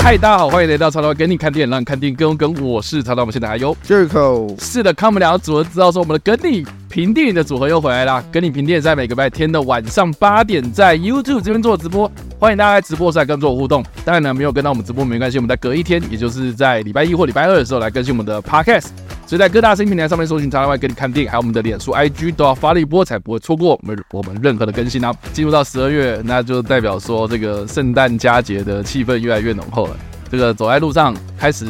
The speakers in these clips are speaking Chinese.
嗨，大家好，欢迎来到超导跟你看电影，让你看电影更跟。我是超导，我们现在还有 Jericho，是的，看不了组合知道说我们的跟你评电影的组合又回来啦。跟你评电影在每个礼拜天的晚上八点在 YouTube 这边做直播，欢迎大家在直播上跟我们做互动。当然呢，没有跟到我们直播没关系，我们在隔一天，也就是在礼拜一或礼拜二的时候来更新我们的 Podcast。所以在各大声音平台上面搜寻“查拉外跟你看电影”，还有我们的脸书、IG 都要发力波，才不会错过我们我们任何的更新啊。进入到十二月，那就代表说这个圣诞佳节的气氛越来越浓厚了。这个走在路上开始。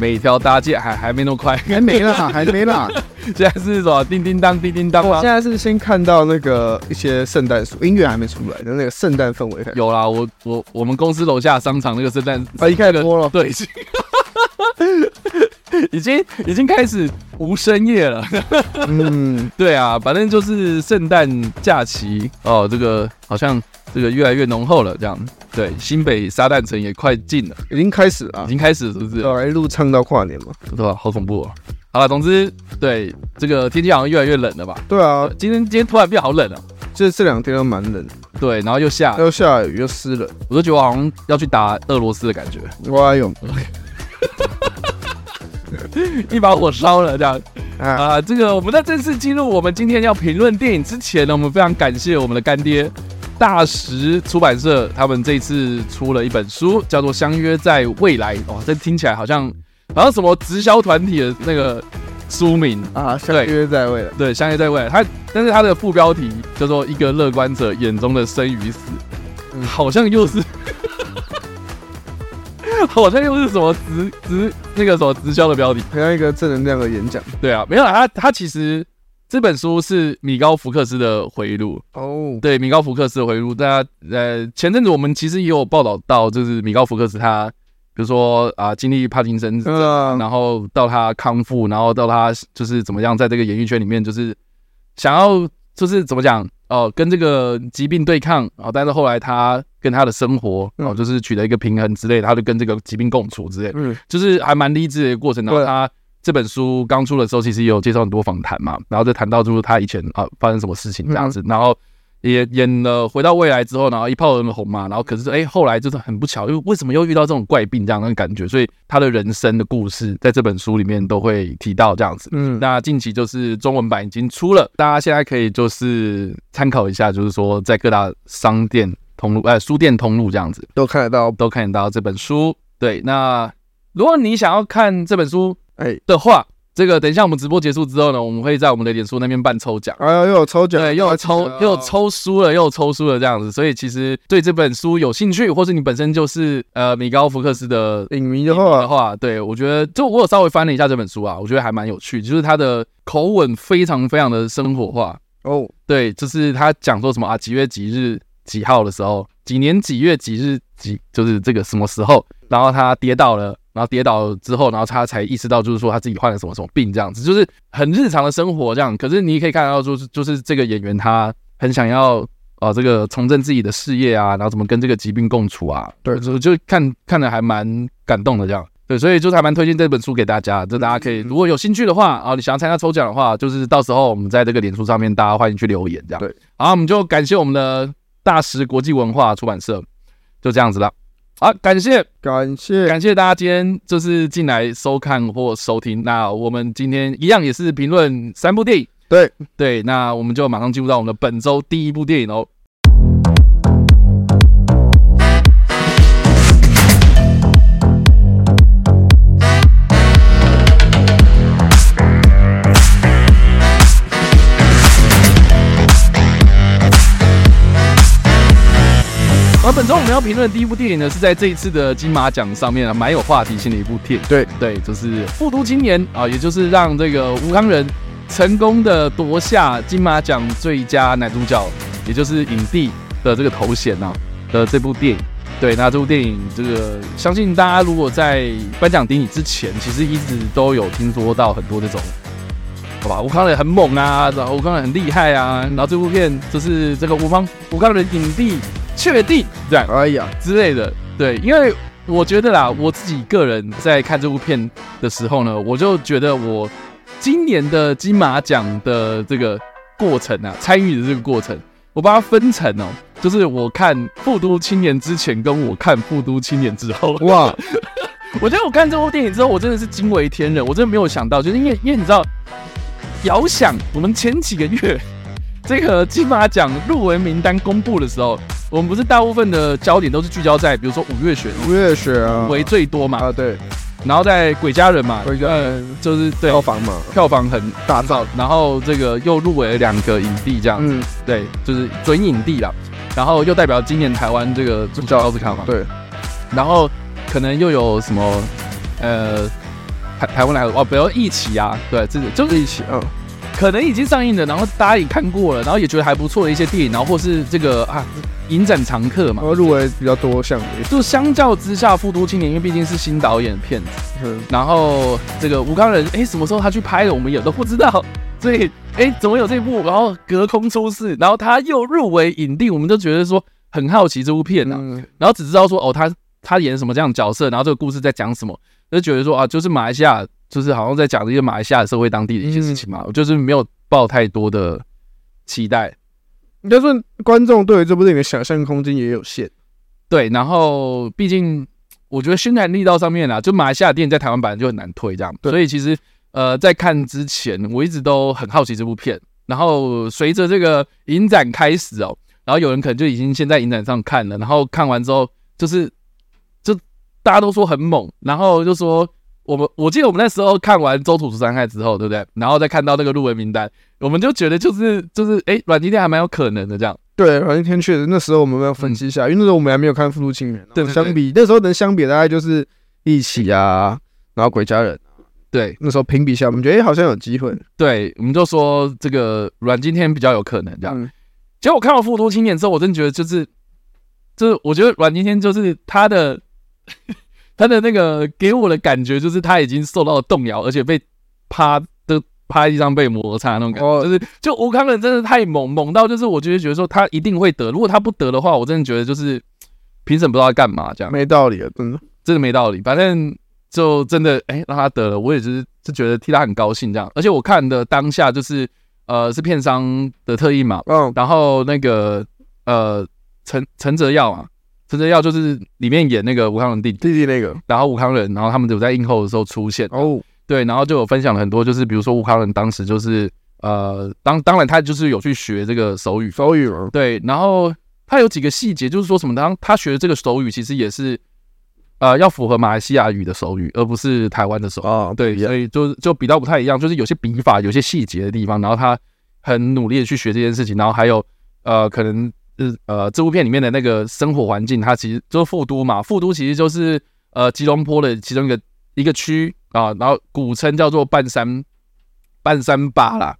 每条搭界还还没那么快， 还没 啦，还没啦。 现在是什么？叮叮当，叮叮当我吗现？在是先看到那个一些圣诞树，音乐还没出来的那个圣诞氛围感。有啦，我我我们公司楼下商场那个圣诞，啊，一开始播了， 对，已经已经已经开始无深夜了。 嗯，对啊，反正就是圣诞假期哦，这个好像这个越来越浓厚了，这样。对，新北沙旦城也快进了，已经开始了已，经开始了是不是对？啊，一路唱到跨年嘛。对吧？好恐怖哦。好了，总之，对这个天气好像越来越冷了吧？对啊，今天今天突然变好冷了，这这两天都蛮冷，对，然后又下，又下雨又湿冷。我都觉得我好像要去打俄罗斯的感觉。哇哟，一把火烧了这样啊，啊、这个我们在正式进入我们今天要评论电影之前呢，我们非常感谢我们的干爹大石出版社，他们这一次出了一本书，叫做《相约在未来》。哇，这听起来好像好像什么直销团体的那个书名。啊，相约在未来。对，相约在未来，它但是它的副标题叫做《一个乐观者眼中的生与死》，嗯好像又是，好像又是什么直直那个什么直销的标题。很像一个正能量的演讲对啊，没有啊，他他其实这本书是米高福克斯的回忆录，哦，对米高福克斯的回忆录。大家呃，前阵子我们其实也有报道到，就是米高福克斯他，比如说啊、经历帕金森，嗯，然后到他康复，然后到他就是怎么样在这个演艺圈里面，就是想要就是怎么讲哦、跟这个疾病对抗啊、哦但是后来他跟他的生活哦、嗯就是取得一个平衡之类，他就跟这个疾病共处之类的。嗯，就是还蛮励志的一个过程。然后对他这本书刚出的时候，其实也有介绍很多访谈嘛，然后就谈到就是他以前啊发生什么事情这样子，然后也演了《回到未来》之后，然后一炮而红嘛，然后可是哎、后来就是很不巧，又为什么又遇到这种怪病这样的感觉，所以他的人生的故事在这本书里面都会提到这样子。嗯，那近期就是中文版已经出了，大家现在可以就是参考一下，就是说在各大商店通路、呃书店通路这样子。都看得到。都看得到这本书。对，那如果你想要看这本书哎，的话，这个等一下我们直播结束之后呢，我们会在我们的脸书那边办抽奖。哎呦，又有抽奖，对，又有抽啊又有抽书了，又有抽书了这样子，所以其实对这本书有兴趣，或是你本身就是呃米高福克斯的影迷的的话，话，对我觉得就我有稍微翻了一下这本书啊，我觉得还蛮有趣，就是他的口吻非常非常的生活化，哦，对，就是他讲说什么啊，几月几日几号的时候，几年几月几日几，就是这个什么时候，然后他跌倒了，然后跌倒之后，然后他才意识到，就是说他自己患了什么什么病，这样子，就是很日常的生活这样。可是你可以看到，就是就是这个演员他很想要啊、呃这个重振自己的事业啊，然后怎么跟这个疾病共处啊，对就就看看的还蛮感动的这样。对，所以就是还蛮推荐这本书给大家，就大家嗯可以如果有兴趣的话啊，你想要参加抽奖的话，就是到时候我们在这个脸书上面，大家欢迎去留言这样。对，好，我们就感谢我们的大石国际文化出版社，就这样子了。好，感谢感谢，感谢大家今天就是进来收看或收听。那我们今天一样也是评论三部电影，对对，那我们就马上进入到我们的本周第一部电影哦。而本周我们要评论的第一部电影呢，是在这一次的金马奖上面啊，蛮有话题性的一部电影。对对，就是《复读青年》啊，也就是让这个吴康仁成功的夺下金马奖最佳男主角，也就是影帝的这个头衔啊的这部电影。对，那这部电影，这个相信大家如果在颁奖典礼之前，其实一直都有听说到很多这种，好吧，吴康仁很猛啊，然后吴康仁很厉害啊，然后这部片就是这个吴方吴康仁影帝确定，这样哎呀，之类的。对，因为我觉得啦，我自己个人在看这部片的时候呢，我就觉得我今年的金马奖的这个过程啊，参与的这个过程，我把它分成哦，就是我看《复都青年》之前，跟我看《复都青年》之后，哇， 我觉得我看这部电影之后，我真的是惊为天人，我真的没有想到，就是因为因为你知道，遥想我们前几个月 这个金马奖入围名单公布的时候，我们不是大部分的焦点都是聚焦在比如说五月雪五月雪啊，为最多嘛，啊，对，然后在鬼家人嘛，回家嗯就是对票房嘛，票房很打造，然后这个又入围了两个影帝，这样、嗯，对，就是准影帝啦。然后又代表今年台湾这个最佳奥斯卡嘛，对，然后可能又有什么呃台台湾来的哦，比如一起啊，对，这个就是一起啊，可能已经上映了，然后大家也看过了，然后也觉得还不错的一些电影，然后或是这个啊影展常客嘛然。后入围比较多项的，就相较之下，《复读青年》因为毕竟是新导演片子，嗯，然后这个吴刚人，哎，什么时候他去拍的，我们也都不知道。 所以，哎，怎么有这部？然后隔空出世，然后他又入围影帝，我们就觉得说很好奇这部片啊。嗯然后只知道说哦，他他演什么这样的角色，然后这个故事在讲什么，就觉得说啊，就是马来西亚，就是好像在讲一些马来西亚社会当地的一些事情嘛。我就是没有抱太多的期待，应该说观众对于这部电影的想象空间也有限，对。然后毕竟我觉得宣传力道上面啊，就马来西亚电影在台湾版就很难推这样，对所以其实呃，在看之前我一直都很好奇这部片。然后随着这个影展开始哦，然后有人可能就已经先在影展上看了，然后看完之后就是就大家都说很猛，然后就说我们我记得我们那时候看完《周土除三害》之后，对不对？然后再看到那个入围名单，我们就觉得就是就是哎，阮经天还蛮有可能的这样。对，阮经天确实那时候我们要分析一下，因为那时候我们还没有看《复读青年》，嗯对对相比那时候能相比大概就是一起啊，然后鬼家人，对那时候评比一下，我们觉得哎、好像有机会，对，我们就说这个阮经天比较有可能这样。嗯结果我看完《复读青年》之后，我真的觉得就是就是我觉得阮经天就是他的 他的那个给我的感觉就是他已经受到了动摇，而且被趴的趴在地上被摩擦那种感觉，哦就是就吴康仁真的太猛猛到就是我觉得觉得说他一定会得，如果他不得的话，我真的觉得就是评审不知道在干嘛这样，没道理了，嗯真的，真的没道理。反正就真的哎、让他得了，我也就是就觉得替他很高兴这样，而且我看的当下就是呃是片商的特意嘛，嗯，然后那个呃陈陈哲耀啊，陈哲耀就是里面演那个吴康仁弟弟，弟弟那个，然后吴康仁，然后他们有在映后的时候出现，哦，对，然后就有分享了很多，就是比如说吴康仁当时就是呃，当当然他就是有去学这个手语，手语嘛，对，然后他有几个细节，就是说什么当他学的这个手语其实也是呃要符合马来西亚语的手语，而不是台湾的手语。啊，对，一样所以就就比较不太一样，就是有些笔法、有些细节的地方，然后他很努力的去学这件事情，然后还有呃，可能呃呃，这部片里面的那个生活环境，它其实就是富都嘛，富都其实就是呃吉隆坡的其中一个一个区啊，然后古称叫做半山半山巴啦。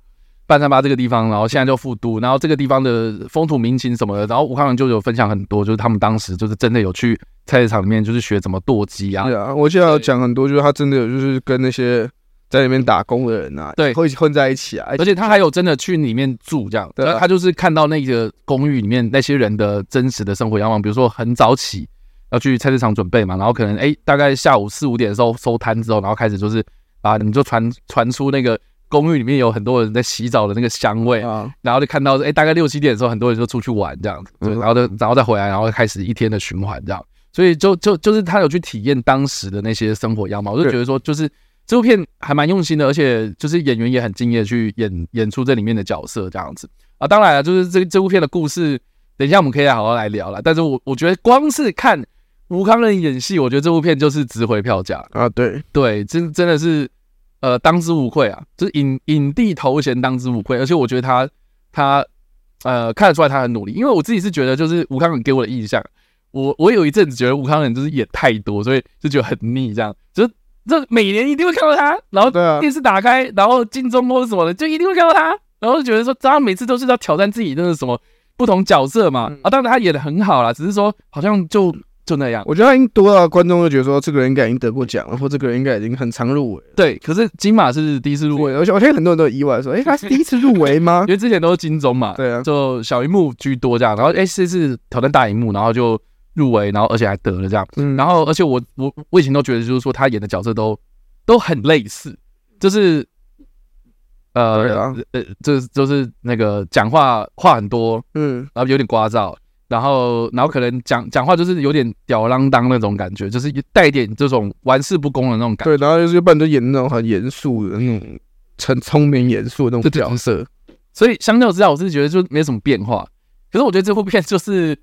半山巴这个地方，然后现在就富都，然后这个地方的风土民情什么的，然后吴康仁就有分享很多，就是他们当时就是真的有去菜市场里面就是学怎么剁鸡啊，对啊，我记得有讲很多，就是他真的有就是跟那些在里面打工的人啊，对会混在一起啊，而且他还有真的去里面住这样，对啊他他就是看到那个公寓里面那些人的真实的生活样貌，比如说很早起要去菜市场准备嘛，然后可能哎、大概下午四五点的时候收摊之后，然后开始就是啊你就传传出那个公寓里面有很多人在洗澡的那个香味，啊，然后就看到哎、大概六七点的时候很多人就出去玩这样子，对，嗯然后就然后再回来，然后开始一天的循环这样，所以就就就是他有去体验当时的那些生活样貌，我就对觉得说就是。这部片还蛮用心的，而且就是演员也很敬业去演演出这里面的角色这样子啊。当然了，就是这这部片的故事，等一下我们可以好好来聊了。但是我我觉得光是看吴康仁演戏，我觉得这部片就是值回票价。啊，对，对，真真的是呃当之无愧啊，就是影影帝头衔当之无愧。而且我觉得他他呃看得出来他很努力，因为我自己是觉得就是吴康仁给我的印象，我我有一阵子觉得吴康仁就是演太多，所以就觉得很腻，这样就是这每年一定会看到他，然后对啊，电视打开，然后金钟或者什么的，就一定会看到他，然后就觉得说他每次都是要挑战自己那个什么不同角色嘛嗯啊，当然他演的很好啦，只是说好像就就那样。我觉得他已经多到观众就觉得说，这个人应该已经得过奖了，或这个人应该已经很常入围了。对，可是金马是第一次入入围，围，而且我现在很多人都很意外说，哎、 他是第一次入围吗因？为之前都是金钟嘛，对啊，就小荧幕居多这样，然后哎这次挑战大荧幕，然后就入围，然后而且还得了这样，嗯，然后而且我我我以前都觉得就是说他演的角色都都很类似，就是对呃啊呃就是就是那个讲话话很多，嗯，然后有点聒噪，然后然后可能讲讲话就是有点吊儿郎当那种感觉，就是带一点这种玩世不恭的那种感觉。对，然后就是要不然就演那种很严肃的那种，很聪明严肃的那这种角角色。所以相较之下，我是觉得就没什么变化。可是我觉得这部片就是，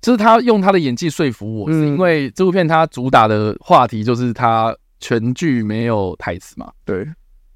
就是他用他的演技说服我，嗯是因为这部片它主打的话题就是他全剧没有台词嘛，对，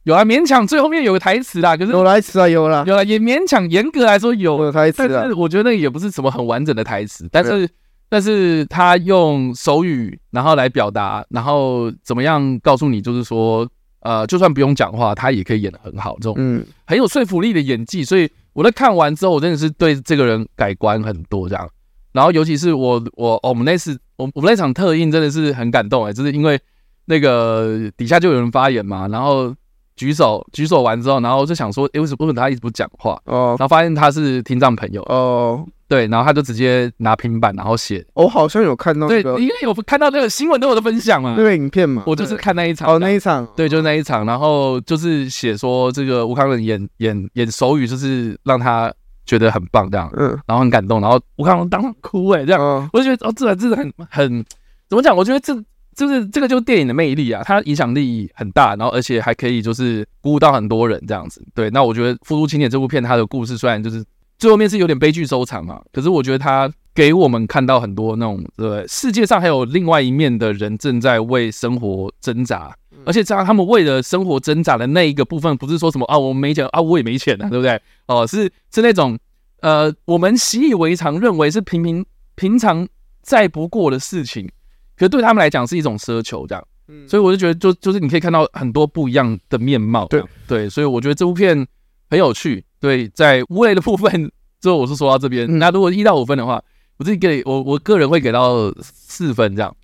有啊，勉强最后面有个台词啦，可是有来词啊，有啦，有啦，也勉强严格来说有，有台词但啊是，我觉得那个也不是什么很完整的台词，但是但是他用手语然后来表达，然后怎么样告诉你，就是说，呃，就算不用讲话，他也可以演得很好，这种嗯，很有说服力的演技，所以我在看完之后，我真的是对这个人改观很多这样。然后尤其是我我、哦我们那次我我们那场特映真的是很感动哎、就是因为那个底下就有人发言嘛，然后举手举手完之后，然后就想说，诶，为什么为什么他一直不讲话？哦然后发现他是听障朋友，哦，对，然后他就直接拿平板然后写，我好像有看到对那，个因为有看到那个新闻都有的分享嘛那，个影片嘛，我就是对看那一场哦那一场，对，就是那一场，然后就是写说这个吴康仁演演演手语，就是让他觉得很棒这样，嗯，然后很感动，然后吴康仁当场哭哎、这样，哦，我就觉得哦，这真的很很怎么讲？我觉得这就是这个就是电影的魅力啊，它影响力很大，然后而且还可以就是鼓舞到很多人这样子。对，那我觉得《复读青年》这部片它的故事虽然就是最后面是有点悲剧收场嘛，可是我觉得它给我们看到很多那种对世界上还有另外一面的人正在为生活挣扎。而且这样，他们为了生活挣扎的那一个部分，不是说什么啊，我们没钱啊，我也没钱啊，对不对？哦，是是那种呃，我们习以为常，认为是平平平常再不过的事情，可是对他们来讲是一种奢求，这样。嗯所以我就觉得就，就是你可以看到很多不一样的面貌这样。对，所以我觉得这部片很有趣。对，在无雷的部分，最后我是说到这边。嗯那如果一到五分的话，我自己给我我个人会给到四分这样。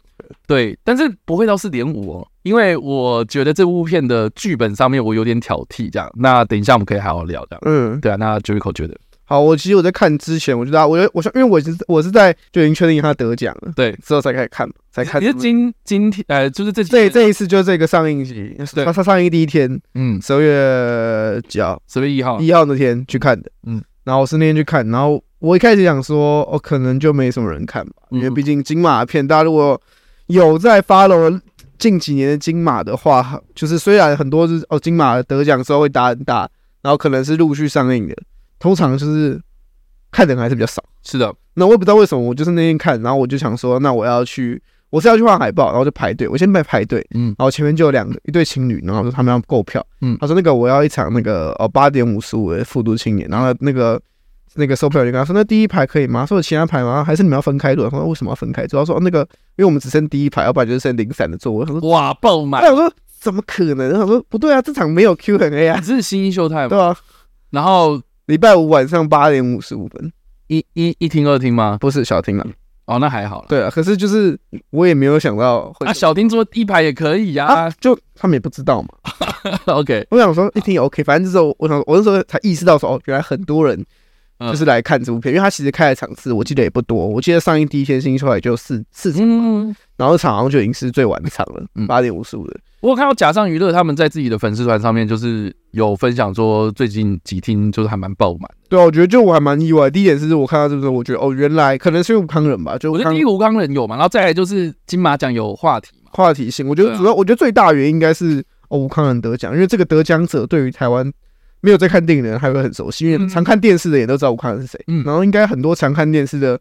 对，但是不会到四点五哦，因为我觉得这部片的剧本上面我有点挑剔这样。那等一下我们可以好好聊这样。嗯，对啊，那 Jericho 觉得好，我其实我在看之前，我就啊道，我就我想，因为我是我是在就已经确定他得奖了，对，之后才开始看嘛，才看你什是么。今今天呃，就是这这这一次就是这个上映集，对他他上映第一天，嗯十二月几号？十月一号一号那天去看的，哦嗯嗯，然后我是那天去看，然后我一开始想说，哦，可能就没什么人看吧，嗯因为毕竟金马的片，大家如果有在 follow 近几年的金马的话，就是虽然很多是哦金马得奖之后会打很大，然后可能是陆续上映的，通常就是看的人还是比较少。是的，那我也不知道为什么，我就是那天看，然后我就想说，那我要去，我是要去画海报，然后就排队，我先排排队，嗯然后前面就有两个一对情侣，然后我说他们要购票，嗯他说那个我要一场那个哦八点五十五的复读青年，然后那个那个售票员就跟他说，那第一排可以吗？他说其他排吗？还是你们要分开坐？他说为什么要分开坐？他说、哦、那个因为我们只剩第一排，要不然就是剩零散的座位。他说，哇，爆满！哎，我说怎么可能？他说不对啊，这场没有 Q&A 啊你，是新一秀泰吗？对啊，然后礼拜五晚上八点五十五分，一一一听二听吗？不是小婷啊，哦，那还好啦。对啊，可是就是我也没有想到会啊，小听说一排也可以呀、啊，就他们也不知道嘛。 OK，我想说一啊听也 OK，反正就是我我想我那时候才意识到说哦，原来很多人嗯就是来看这部片，因为他其实开的场次我记得也不多，我记得上映第一天星出来就四四场，嗯，然后场好像就已经是最晚的场了嗯，八点五十五的。我有看到假上娱乐他们在自己的粉丝团上面就是有分享说最近几听就是还蛮爆满。对啊，我觉得就我还蛮意外。第一点是我看到这个时候，我觉得哦，原来可能是因为武康人吧，就我武觉得康第一个吴刚人有嘛，然后再来就是金马奖有话题嘛。话题性。我觉对得啊主要，我觉得最大原因应该是哦，武康人得奖，因为这个得奖者对于台湾没有在看电影的人还会很熟悉，因嗯为常看电视的也都知道武康人是谁。嗯然后应该很多常看电视的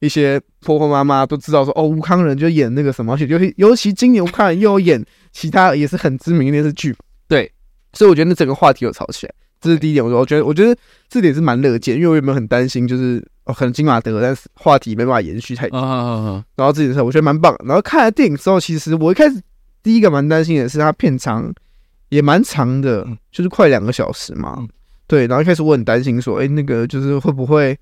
一些婆婆妈妈都知道说，哦，吴康仁就演那个什么，而且就是尤其今年吴康仁又有演其他也是很知名的电视剧，对，所以我觉得那整个话题有吵起来，这是第一点。我说，我觉得我觉得这点是蛮乐见，因为我原本很担心就是哦，可能金马得，但是话题没办法延续太久，嗯嗯嗯然后这件事我觉得蛮棒的。然后看了电影之后，其实我一开始第一个蛮担心的是它片长也蛮长的嗯，就是快两个小时嘛嗯。，对，然后一开始我很担心说，哎，那个就是会不会，因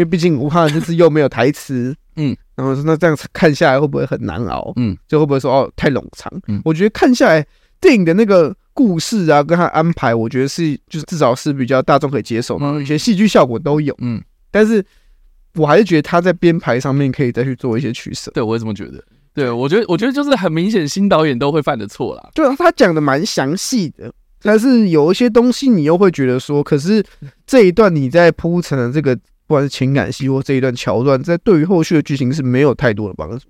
为毕竟武汉这次又没有台词嗯，然后我说那这样看下来会不会很难熬？嗯，就会不会说哦太冗长？嗯我觉得看下来电影的那个故事啊，跟它安排，我觉得是就是至少是比较大众可以接受的，嗯一些戏剧效果都有，嗯，但是。我还是觉得他在编排上面可以再去做一些取舍，对我也这么觉得。对我觉得我觉得就是很明显新导演都会犯的错啦。对啊，他讲的蛮详细的， 但是有一些东西你又会觉得说，可是这一段你在铺陈的这个不管是情感戏或这一段桥段，在对于后续的剧情是没有太多的帮助。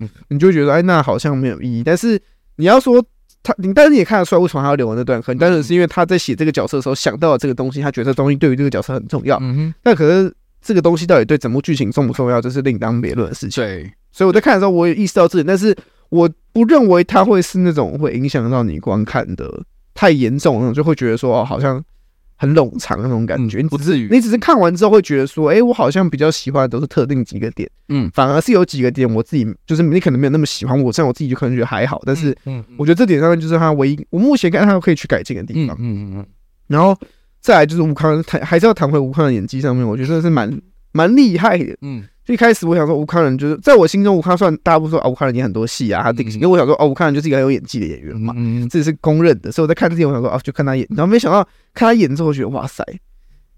嗯你就会觉得哎，那好像没有意义。但是你要说他，你但是你也看得出来为什么他要留那段，很单纯是因为他在写这个角色的时候想到了这个东西，他觉得这东西对于这个角色很重要。嗯哼，那可是这个东西到底对整部剧情重不重要，这是另当别论的事情。对，所以我在看的时候，我也意识到这点，但是我不认为它会是那种会影响到你观看的太严重的那种，就会觉得说、哦、好像很冗长那种感觉。嗯你不至于，你只是看完之后会觉得说，哎、我好像比较喜欢的都是特定几个点，嗯，反而是有几个点我自己就是你可能没有那么喜欢我，像我自己就可能觉得还好，但是嗯，嗯我觉得这点上面就是他唯一我目前看他可以去改进的地嗯方。嗯嗯然后再来就是吴康，谈还是要谈回吴康的演技上面，我觉得真的是蛮蛮厉害的。嗯就一开始我想说吴康仁就是在我心中，吴康算大家不说啊，吴康仁演很多戏啊，他定型，嗯因为我想说哦，吴康仁就是一个很有演技的演员嗯嘛，嗯嗯，这也是公认的。所以我在看之前，我想说啊，就看他演，然后没想到看他演之后，我觉得哇塞，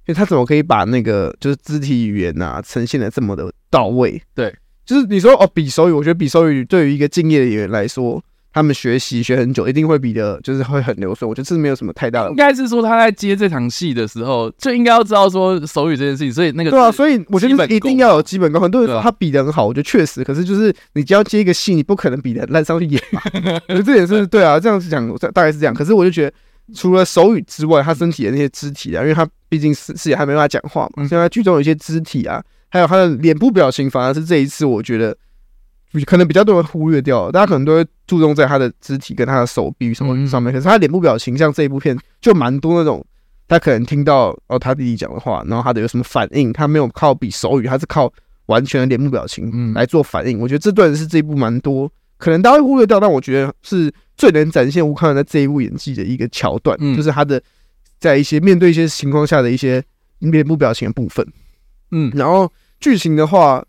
就他怎么可以把那个就是肢体语言啊呈现的这么的到位？对，就是你说哦，比手语，我觉得比手语对于一个敬业的演员来说，他们学习学很久，一定会比的，就是会很流顺。我觉得这没有什么太大的应该是说他在接这场戏的时候就应该要知道说手语这件事情，所以那个对啊，是所以我觉得基本一定功要有基本功。很多人对说啊他比的很好，我觉得确实，可是就是你只要接一个戏，你不可能比的烂上去演 嘛。我觉得这也是对啊，这样子讲大大概是这样。可是我就觉得，除了手语之外，他身体的那些肢体啊，因为他毕竟是是也还没办法讲话嘛，嗯所以他剧中有一些肢体啊，还有他的脸部表情，反而是这一次我觉得。可能比较多人忽略掉，大家可能都会注重在他的肢体跟他的手臂什么嗯上面。可是他脸部表情，像这一部片就蛮多那种他可能听到哦他弟弟讲的话，然后他的有什么反应，他没有靠比手语，他是靠完全的脸部表情嗯来做反应。我觉得这段是这一部蛮多，可能大家会忽略掉，但我觉得是最能展现吴康仁在这一部演技的一个桥段，嗯就是他的在一些面对一些情况下的一些脸部表情的部分。嗯然后剧情的话，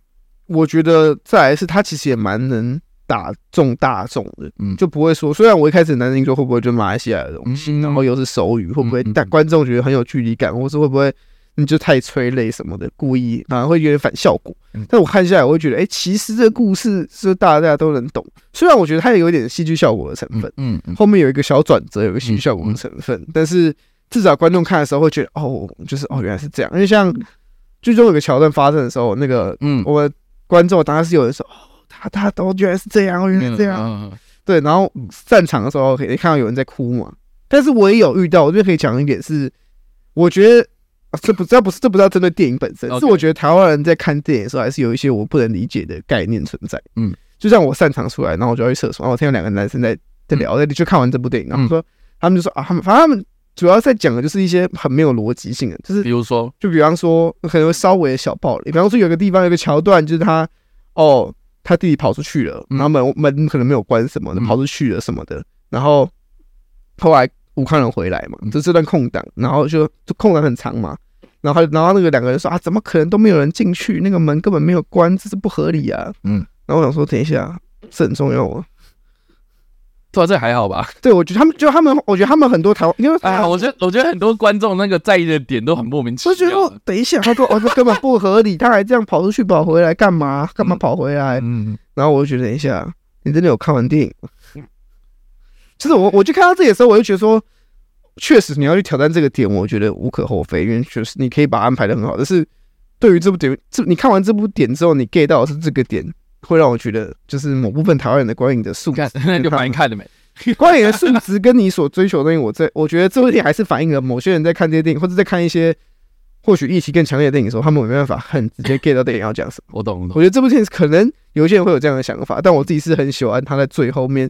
我觉得再来是他其实也蛮能打中大众的，嗯就不会说，虽然我一开始很担心说会不会就马来西亚的东西，嗯然后又是手语，会不会嗯嗯但观众觉得很有距离感，或是会不会你就太催泪什么的，故意反而会有点反效果嗯。但我看下来，我会觉得，哎、其实这个故事是大家都能懂，虽然我觉得它有一点戏剧效果的成分，嗯嗯后面有一个小转折，有一个戏剧效果的成分，但是至少观众看的时候会觉得，哦，就是哦，原来是这样。因为像剧中有个桥段发生的时候，那个嗯，我们观众当时是有人说，哦，他他都原来是这样，哦原来是这样。嗯，嗯嗯对，然后散场的时候可以看到有人在哭嘛，但是我也有遇到，我这边可以讲一点是，我觉得。啊这不，这不是，这不是要针对电影本身 OK 是我觉得台湾人在看电影的时候，还是有一些我不能理解的概念存在。嗯，就像我散场出来，然后我就要去厕所，然后我听到两个男生在嗯在聊，在就看完这部电影，然后说他们就说啊，他们反正他们主要在讲的就是一些很没有逻辑性的，就是比如说，就比方说可能会稍微小暴力，比方说有个地方有个桥段，就是他哦，他弟弟跑出去了，嗯然后门门可能没有关什么的，嗯跑出去了什么的，然后后来武康人回来嘛，嗯就这段空档，然后就就空档很长嘛。然后他，然后那个两个人说啊，怎么可能都没有人进去？那个门根本没有关，这是不合理啊。嗯，然后我想说，等一下，这很重要啊。对啊，这还好吧？对，我觉得他们就他们，我觉得他们很多台湾，因为哎 呀，我觉得我觉得很多观众那个在意的点都很莫名其我就觉得妙哦。等一下，他说哦，这根本不合理，他还这样跑出去跑回来干嘛？干嘛跑回来？嗯，嗯然后我就觉得等一下，你真的有看完电影吗？就是我我就看到这里的时候，我就觉得说，确实你要去挑战这个点，我觉得无可厚非，因为确实你可以把它安排的很好。但是对于这部点，这你看完这部点之后，你 get 到的是这个点，会让我觉得就是某部分台湾人的观影的素质看， 那就蛮看的没。观影的数值跟你所追求的东西，我这我觉得这部电影还是反映了某些人在看这些电影，或者在看一些 或许议题更强烈的电影的时候，他们没办法很直接 get 到电影要讲什么。我懂，我懂我。觉得这部电影可能有些人会有这样的想法，但我自己是很喜欢他在最后面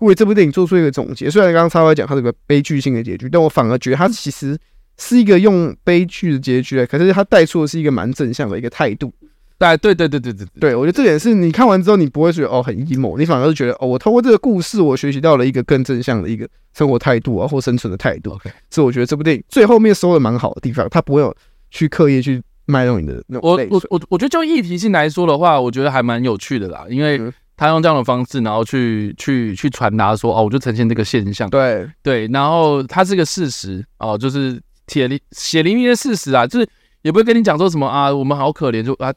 为这部电影做出一个总结。虽然刚刚超哥讲它是个悲剧性的结局，但我反而觉得它其实是一个用悲剧的结局，可是它带出的是一个蛮正向的一个态度。对对对对对对对，对，我觉得这点是你看完之后，你不会觉得哦很 emo，你反而是觉得哦，我透过这个故事，我学习到了一个更正向的一个生活态度啊，或生存的态度。 OK 所以我觉得这部电影最后面收的蛮好的地方，它不会有去刻意去卖弄你的那种我泪水我我我觉得就议题性来说的话，我觉得还蛮有趣的啦，因为嗯他用这样的方式，然后去去去传达说，哦，我就呈现这个现象，对，对，然后它是个事实哦，就是铁淋血淋淋的事实啊，就是也不会跟你讲说什么啊，我们好可怜，就啊，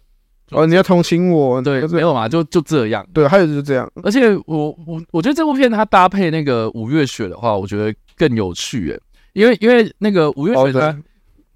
哦，你要同情我，对，就是没有嘛，就就这样。对，还有就是这样，而且我我我觉得这部片它搭配那个五月雪的话，我觉得更有趣耶，因为因为那个五月哦雪对它、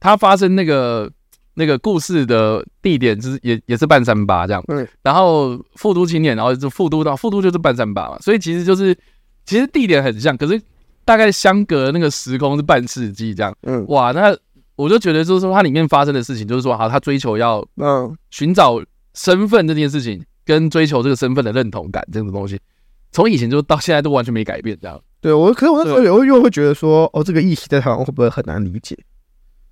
它发生那个那个故事的地点就是也也是半山八这样，嗯然后复都青年，然后就复都到复都就是半山八嘛，所以其实就是其实地点很像，可是大概相隔那个时空是半世纪这样，嗯哇，那我就觉得就是说它里面发生的事情，就是说好，他追求要嗯寻找身份这件事情，跟追求这个身份的认同感这种东西，从以前就到现在都完全没改变这样。对我，可是我那时候又又会觉得说，哦，这个议题在台湾会不会很难理解？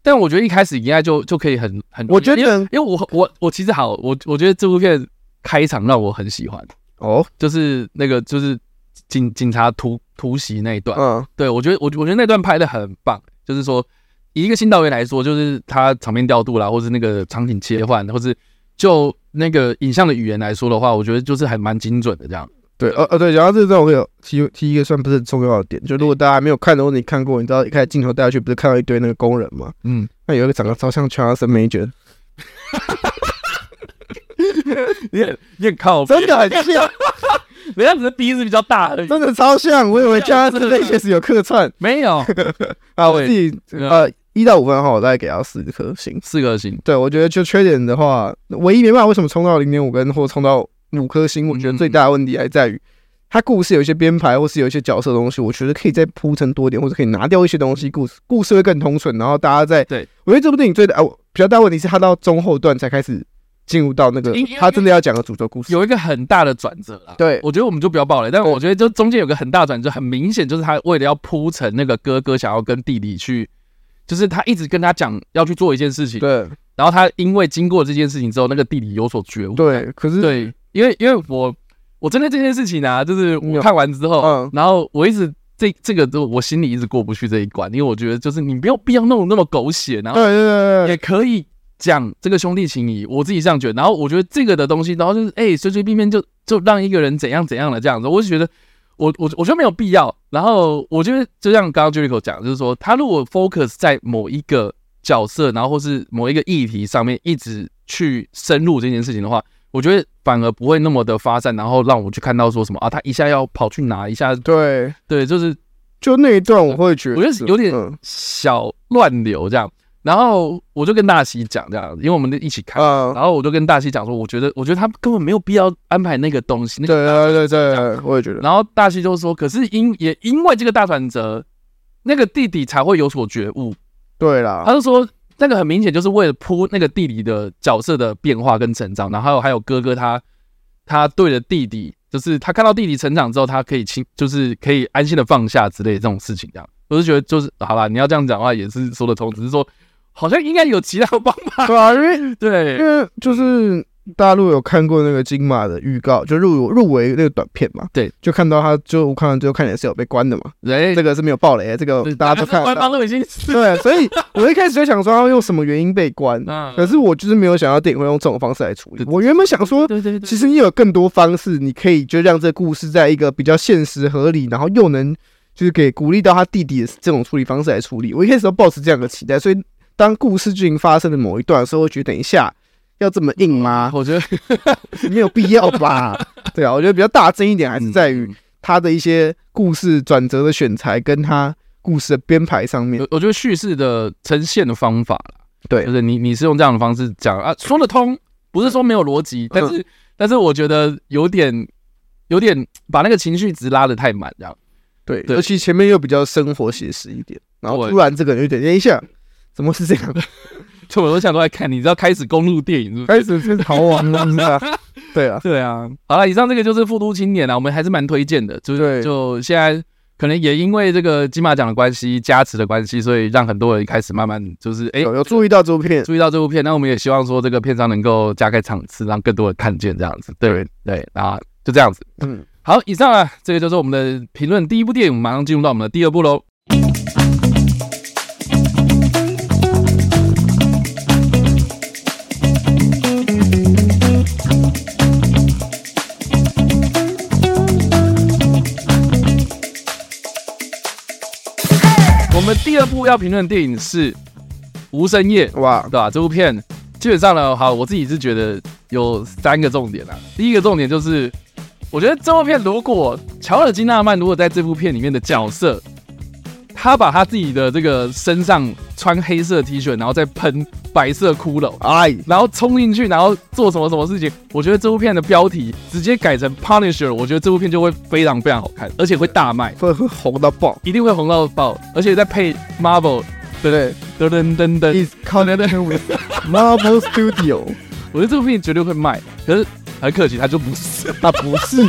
但我觉得一开始应该就就可以很很，我觉得因为因为我我我其实好，我我觉得这部片开场让我很喜欢，哦，就是那个就是警警察突突袭那一段，嗯对我觉得我我觉得那段拍的很棒，就是说以一个新导演来说，就是他场面调度啦，或是那个场景切换，或是就那个影像的语言来说的话，我觉得就是还蛮精准的这样。对，呃呃，对，然后这段我有提提一个算不是很重要的点，就如果大家没有看的，或者你看过，你知道一开始镜头带下去不是看到一堆那个工人吗？嗯，那有一个长得超像 Charles Major，你很你很靠北，真的很像，人家只是鼻子比较大而已， 真的超像，我以为 Charles Major 有客串没 有啊，我对自己嗯呃一到五分的话，我大概给到四颗星。四颗星。对，我觉得就缺点的话，唯一没办法为什么冲到零点五跟或冲到五颗星，我觉得最大的问题还在于它故事有一些编排或是有一些角色的东西，我觉得可以再铺陈多一点，或者可以拿掉一些东西，故事故事会更通顺。然后大家在对，我觉得这部电影最大、啊、我比较大问题是它到中后段才开始进入到那个因因他真的要讲的主轴故事。有一个很大的转折啦。对我觉得我们就不要爆了，但我觉得就中间有个很大转折，很明显就是他为了要铺成那个哥哥想要跟弟弟去，就是他一直跟他讲要去做一件事情，对然后他因为经过这件事情之后，那个弟弟有所觉悟。对，可是对，因为因为我我针对这件事情啊，就是嗯我看完之后，嗯然后我一直。这这个都我心里一直过不去这一关，因为我觉得就是你没有必要弄得那么狗血，然后对对对对也可以讲这个兄弟情谊，我自己这样觉得。然后我觉得这个的东西，然后就是哎、随随便便就就让一个人怎样怎样了这样子，我就觉得我我我觉得没有必要。然后我觉得就像刚刚 Jericho 讲，就是说他如果 focus 在某一个角色，然后或是某一个议题上面一直去深入这件事情的话。我觉得反而不会那么的发散，然后让我去看到说什么啊，他一下要跑去哪，一下对，对，就是就那一段我会觉得，我觉得有点嗯小乱流这样。然后我就跟大西讲这样，因为我们一起看，啊，然后我就跟大西讲说，我觉得，我觉得他根本没有必要安排那个东西。那对个、对对对，我也觉得，然后大西就说，可是因也因为这个大转折，那个弟弟才会有所觉悟。对啦，他就说，那个很明显就是为了铺那个弟弟的角色的变化跟成长，然后还有还有哥哥他他对着弟弟，就是他看到弟弟成长之后，他可以轻，就是可以安心的放下之类的这种事情，这样。我就觉得就是好啦，你要这样讲的话也是说得通，只是说好像应该有其他方法。对啊，因为因对，为就是大陆有看过那个金马的预告，就入入围那个短片嘛，对，就看到他就我看完之后看也是有被关的嘛，哎这，个是没有暴雷，这个对大家都看官得方到。都已经对，所 以我一开始就想说要用什么原因被关， 嗯可是我就是没有想到电影会用这种方式来处理对。对我原本想说，对对对，其实你有更多方式，你可以就让这个故事在一个比较现实合理，然后又能就是给鼓励到他弟弟的这种处理方式来处理。我一开始都抱持这样的期待，所以当故事剧情发生的某一段的时候，我会觉得等一下要这么硬吗？我觉得没有必要吧？对啊，我觉得比较大争一点还是在于嗯他的一些故事转折的选材跟他故事的编排上面我。我觉得叙事的呈现的方法啦，对就是你你是用这样的方式讲啊，说得通，不是说没有逻嗯辑，但是但是我觉得有点有点把那个情绪值拉得太满，这样对，对尤其前面又比较生活写实一点，然后对突然这个人有点等一下，怎么是这样？就我都想都在哎看，你知道开始公路电影是不是？开始是逃亡了，是吧？对啊，对啊，好了，以上这个就是《复读青年》啊，我们还是蛮推荐的，就对是就现在可能也因为这个金马奖的关系、加持的关系，所以让很多人开始慢慢就是哎、有有注意到这部片，注意到这部片，那我们也希望说这个片商能够加开场次，让更多人看见这样子。对对，啊，就这样子。嗯，好，以上啊，这个就是我们的评论。第一部电影，我们马上进入到我们的第二部喽。我们第二部要评论的电影是《无声夜》。哇，对吧、这部片基本上呢，好，我自己是觉得有三个重点啊。第一个重点就是，我觉得这部片如果乔尔金纳曼如果在这部片里面的角色，他把他自己的这个身上穿黑色 T 恤，然后再喷白色骷髅，啊哎，然后冲进去，然后做什么什么事情。我觉得这部片的标题直接改成 Punisher，我觉得这部片就会非常非常好看，而且会大卖，会会红到爆。一定会红到爆，而且再配 Marvel，对不对？噔噔噔噔， It's coming with Marvel Studio，我觉得这部片绝对会卖，可是很可惜它就不 是。啊不是，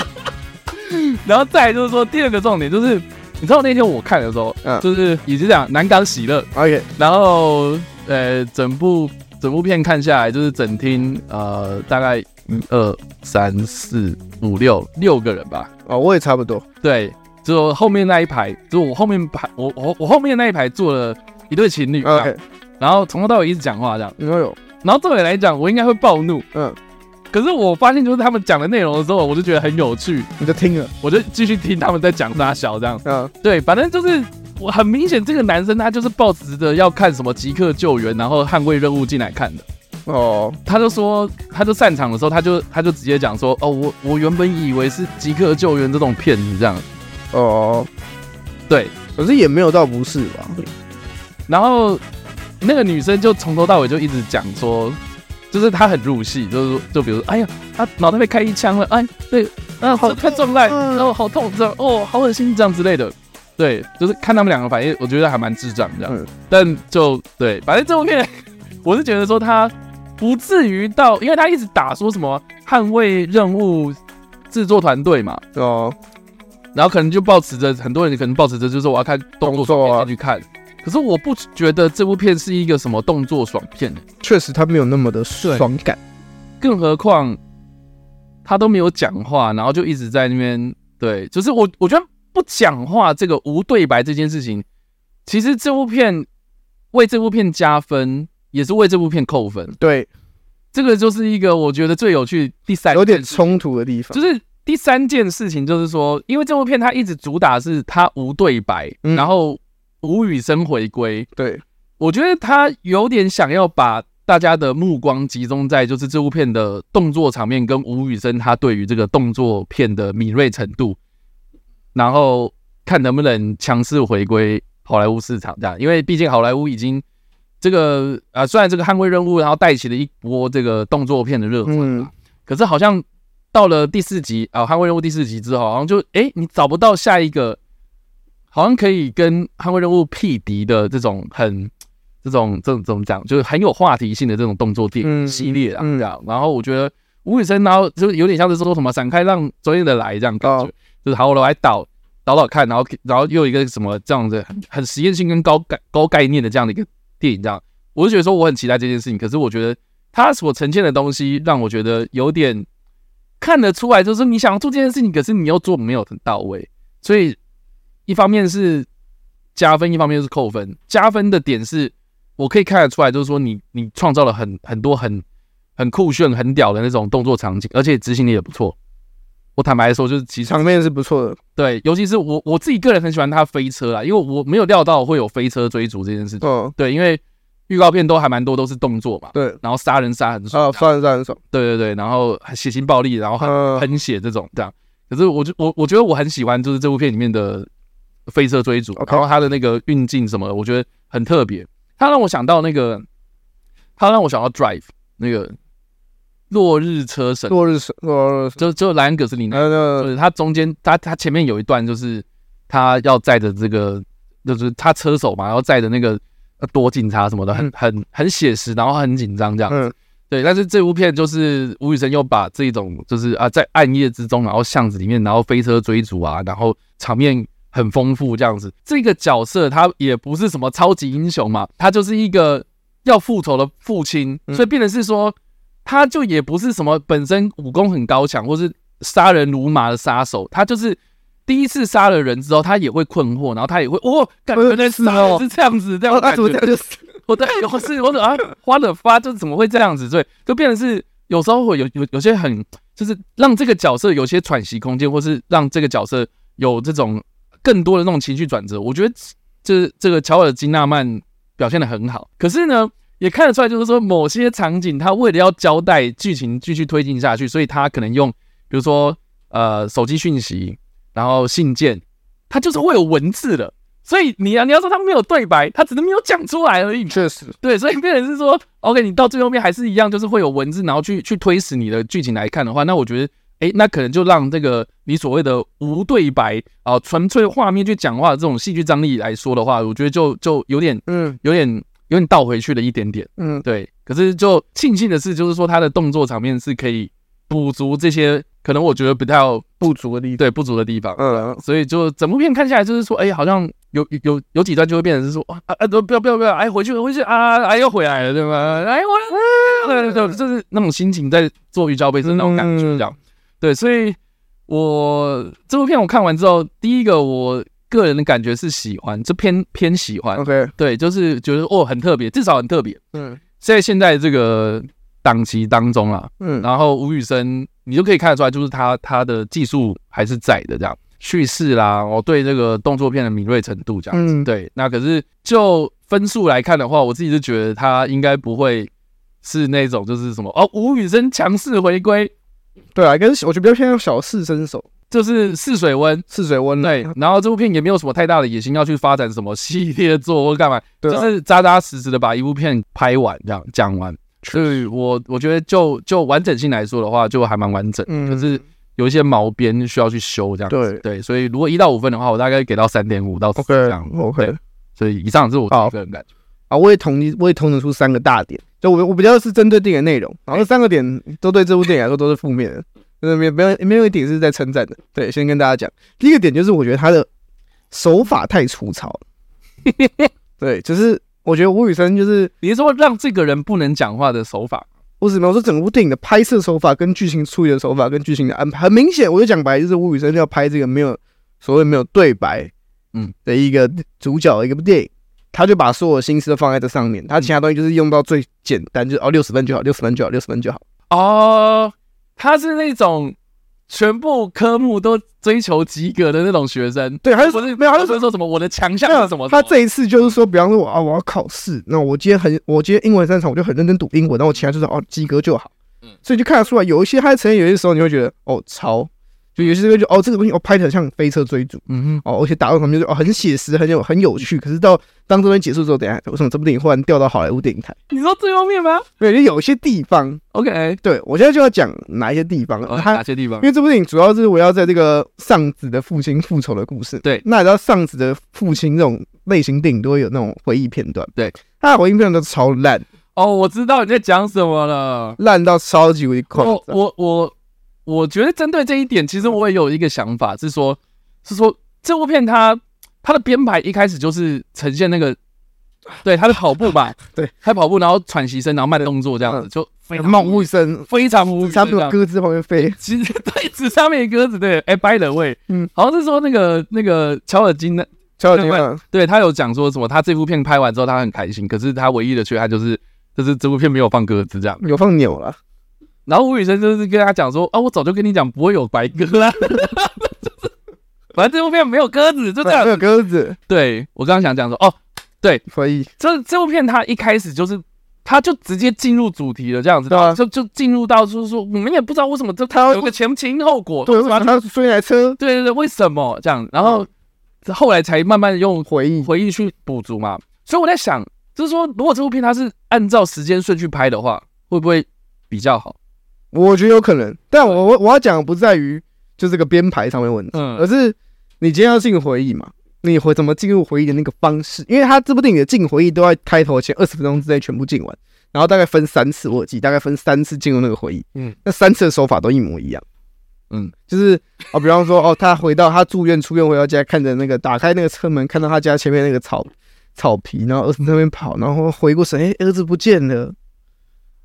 然后再来就是说第二个重点就是，你知道那天我看的时候，嗯就是也是讲南港喜乐， OK，然后呃，整部整部片看下来，就是整厅呃，大概一二三四五六六个人吧。哦，我也差不多。对，就后面那一排，就我后面排，我我我后面那一排坐了一对情侣这样 OK，然后从头到尾一直讲话这样。你说有，然后对我来讲，我应该会暴怒，嗯，可是我发现就是他们讲的内容的时候，我就觉得很有趣，你就听了，我就继续听他们在讲啥小这样。嗯，对，反正就是我很明显，这个男生他就是抱持着要看什么即刻救援，然后捍卫任务进来看的。哦，他就说，他就散场的时候，他就他就直接讲说，哦，我我原本以为是即刻救援这种骗子这样，哦，对。可是也没有到不是吧？然后那个女生就从头到尾就一直讲说，就是她很入戏，就是说就比如说，哎呀，啊脑袋被开一枪了，哎，对，啊好太重了，嗯然后好痛这样，哦好恶心这样之类的。对，就是看他们两个反应，我觉得还蛮智障这样。嗯但就对，反正这部片，我是觉得说他不至于到，因为他一直打说什么捍卫任务制作团队嘛，哦，然后可能就抱持着很多人可能抱持着就是我要看动作爽动作啊片去看，可是我不觉得这部片是一个什么动作爽片，确实他没有那么的爽感。更何况他都没有讲话，然后就一直在那边对，就是我我觉得不讲话这个无对白这件事情，其实这部片为这部片加分，也是为这部片扣分，对，这个就是一个我觉得最有趣第三有点件事冲突的地方就。是第三件事情，就是说，因为这部片它一直主打是它无对白，嗯然后无语声回归。对，我觉得它有点想要把大家的目光集中在就是这部片的动作场面跟吴宇森他对于这个动作片的敏锐程度，然后看能不能强势回归好莱坞市场这样，因为毕竟好莱坞已经。这个啊，虽然这个捍卫任务，然后带起了一波这个动作片的热潮，嗯，可是好像到了第四集啊，捍卫任务第四集之后，好像就哎、诶你找不到下一个，好像可以跟捍卫任务匹敌的这种很这种这种怎么讲，就是很有话题性的这种动作电影嗯系列啊，嗯这样。然后我觉得吴宇森，然后就有点像是说什么闪开让专业的来这样感觉，哦就是好，我来导导导看，然后然后又有一个什么这样的很很实验性跟高概高概念的这样的一个电影这样。我就觉得说我很期待这件事情，可是我觉得他所呈现的东西让我觉得有点看得出来，就是你想要做这件事情，可是你又做没有很到位，所以一方面是加分，一方面是扣分。加分的点是我可以看得出来，就是说你你创造了很很多很很酷炫、很屌的那种动作场景，而且执行力也不错。我坦白说，就是其实场面是不错的。对，尤其是我我自己个人很喜欢他飞车啦，因为我没有料到会有飞车追逐这件事情。哦，对，因为预告片都还蛮多都是动作嘛，对，然后杀人杀很爽，啊，算了算了算了，对对对，然后血腥暴力，然后很嗯，喷血这种这样。可是我就我我觉得我很喜欢就是这部片里面的飞车追逐 OK 然后它的那个运镜什么的，我觉得很特别。它让我想到那个，它让我想到 Drive 那个落日车神，落日嗯神，落日神，就就莱恩·葛斯林那那就那是他中间，他他前面有一段就是他要载着这个，就是他车手嘛，然后载着那个呃躲警察什么的，很嗯很很写实，然后很紧张这样。 嗯，对，但是这部片就是吴宇森又把这种就是啊在暗夜之中，然后巷子里面，然后飞车追逐啊，然后场面很丰富这样子。这个角色他也不是什么超级英雄嘛，他就是一个要复仇的父亲，嗯所以变成是说，他就也不是什么本身武功很高强或是杀人如麻的杀手，他就是。第一次杀了人之后，他也会困惑，然后他也会哦，感我觉有那事杀哦人是这样子，这样的哦，他感怎么觉这样就是我对，我是我怎么啊，花了发就怎么会这样子？所以就变成是有时候会有有有些很就是让这个角色有些喘息空间，或是让这个角色有这种更多的那种情绪转折。我觉得这这个乔尔金纳曼表现的很好，可是呢。也看得出来，就是说某些场景，他为了要交代剧情继续推进下去，所以他可能用，比如说呃手机讯息，然后信件，它就是会有文字的，所以你啊，你要说他没有对白，他只是没有讲出来而已。确实，对，所以变成是说，OK，你到最后面还是一样，就是会有文字，然后去去推使你的剧情来看的话，那我觉得，哎、那可能就让这个你所谓的无对白啊，纯、粹画面去讲话的这种戏剧张力来说的话，我觉得就就有点嗯有点有点倒回去了一点点。嗯，对，可是就庆幸的是，就是说他的动作场面是可以补足这些可能我觉得不太不足的地方，对不足的地方。嗯，所以就整部片看下来，就是说，哎、好像有有有有几段就会变成是说，啊啊，不不要不要不要，哎，回去回去啊，哎，又回来了，对吗？哎，我， 对对对，就是那种心情在做预兆杯，就是那种感觉，这样。对，所以我这部片我看完之后，第一个我个人的感觉是喜欢，这偏偏喜欢， OK，对，就是觉得哦很特别，至少很特别，嗯在现在这个档期当中啊，嗯然后吴宇森，你就可以看得出来，就是他他的技术还是在的，这样叙事啦，我对这个动作片的敏锐程度这样子。嗯对，那可是就分数来看的话，我自己是觉得他应该不会是那种就是什么哦，吴宇森强势回归，对啊，跟我觉得比较偏向小试身手，就是试水温。试水温啊，对，然后这部片也没有什么太大的野心要去发展什么系列作或干嘛，对啊就是扎扎实实的把一部片拍完，这样讲完。所以我我觉得就就完整性来说的话，就还蛮完整。嗯，可是有一些毛边需要去修这样子。对所以如果一到五分的话，我大概给到三点五到四 OK 这样。 OK 对所以以上是我自己好个人感觉。啊，我也统一我也统整出三个大点，就我我比较是针对电影的内容，然后这三个点都对这部电影来说都是负面的，就是没有没有没有一点是在称赞的。对，先跟大家讲，第一个点就是我觉得他的手法太粗糙了， 对，就是我觉得吴宇森就是你是说让这个人不能讲话的手法？我只能说整部电影的拍摄手法、跟剧情处理的手法、跟剧情的安排，很明显，我就讲白，就是吴宇森要拍这个没有所谓没有对白，嗯的一个主角的一个电影，他就把所有心思都放在这上面，他其他东西就是用到最简单，就是哦六十分就好，六十分就好，六十分就好。哦，他是那种全部科目都追求及格的那种学生。对，他不就是是没有，他不就是说什么我的强没项有是什么？他这一次就是说，比方说我啊我要考试，那我今天很我今天英文擅长，我就很认真读英文，那我其他就是哦及格就好。嗯所以就看得出来，有一些他在呈现有些时候，你会觉得哦超，就有些时候就哦这个东西哦拍的像飞车追逐。嗯哼，哦，而且打到旁边就是哦，很写实，很有很有趣。可是到当这边结束之后，等一下为什么这部电影忽然掉到好莱坞电影台？你说最后面吗对，就有一些地方， ？OK，对我现在就要讲哪一些地方哦，它哪些地方因？为这部电影主要是围绕在这个丧子的父亲复仇的故事。对那你知道丧子的父亲这种类型电影都会有那种回忆片段。对，他的回忆片段都超烂，哦，我知道你在讲什么了。烂到超级无敌夸哦我张。我我我觉得针对这一点，其实嗯我也有一个想法，是说，是说这部片它它的编排一开始就是呈现那个，对他的跑步吧， 对，他跑步，然后喘息声，然后慢动作这样子，嗯就非常冒无一声，非常无语他们这有样鸽子在旁边飞。其实对，纸上面的鸽子，对，哎、掰 b y the way，嗯，好像是说那个那个乔尔金的，乔小金啊，对他有讲说什么，他这部片拍完之后他很开心，可是他唯一的缺憾就是就是这部片没有放鸽子这样。有放鸟了。然后吴宇森就是跟他讲说，啊，我早就跟你讲不会有白鸽啦， 就是反正这部片没有鸽子，就这没样。有鸽子，对我刚刚想讲说，哦，所以这这部片它一开始就是，它就直接进入主题了，这样子，对啊就就进入到就是说，你们也不知道为什么这他有个前前因后果，对，对为什么嗯他追来车对对，为什么这样？然后后来才慢慢用回忆？回忆去补足嘛。所以我在想，就是说，如果这部片它是按照时间顺序拍的话，会不会比较好？我觉得有可能，但我我我要讲的不在于就这个编排上面的问题，嗯而是你今天要进入回忆嘛，你回怎么进入回忆的那个方式，因为他这部电影的进回忆都在开头前二十分钟之内全部进完，然后大概分三次，我有记大概分三次进入那个回忆，嗯，那三次的手法都一模一样，嗯，就是哦，比方说哦，他回到他住院出院回到家，看着那个打开那个车门，看到他家前面那个草草皮，然后儿子那边跑，然后回过神，哎、儿子不见了。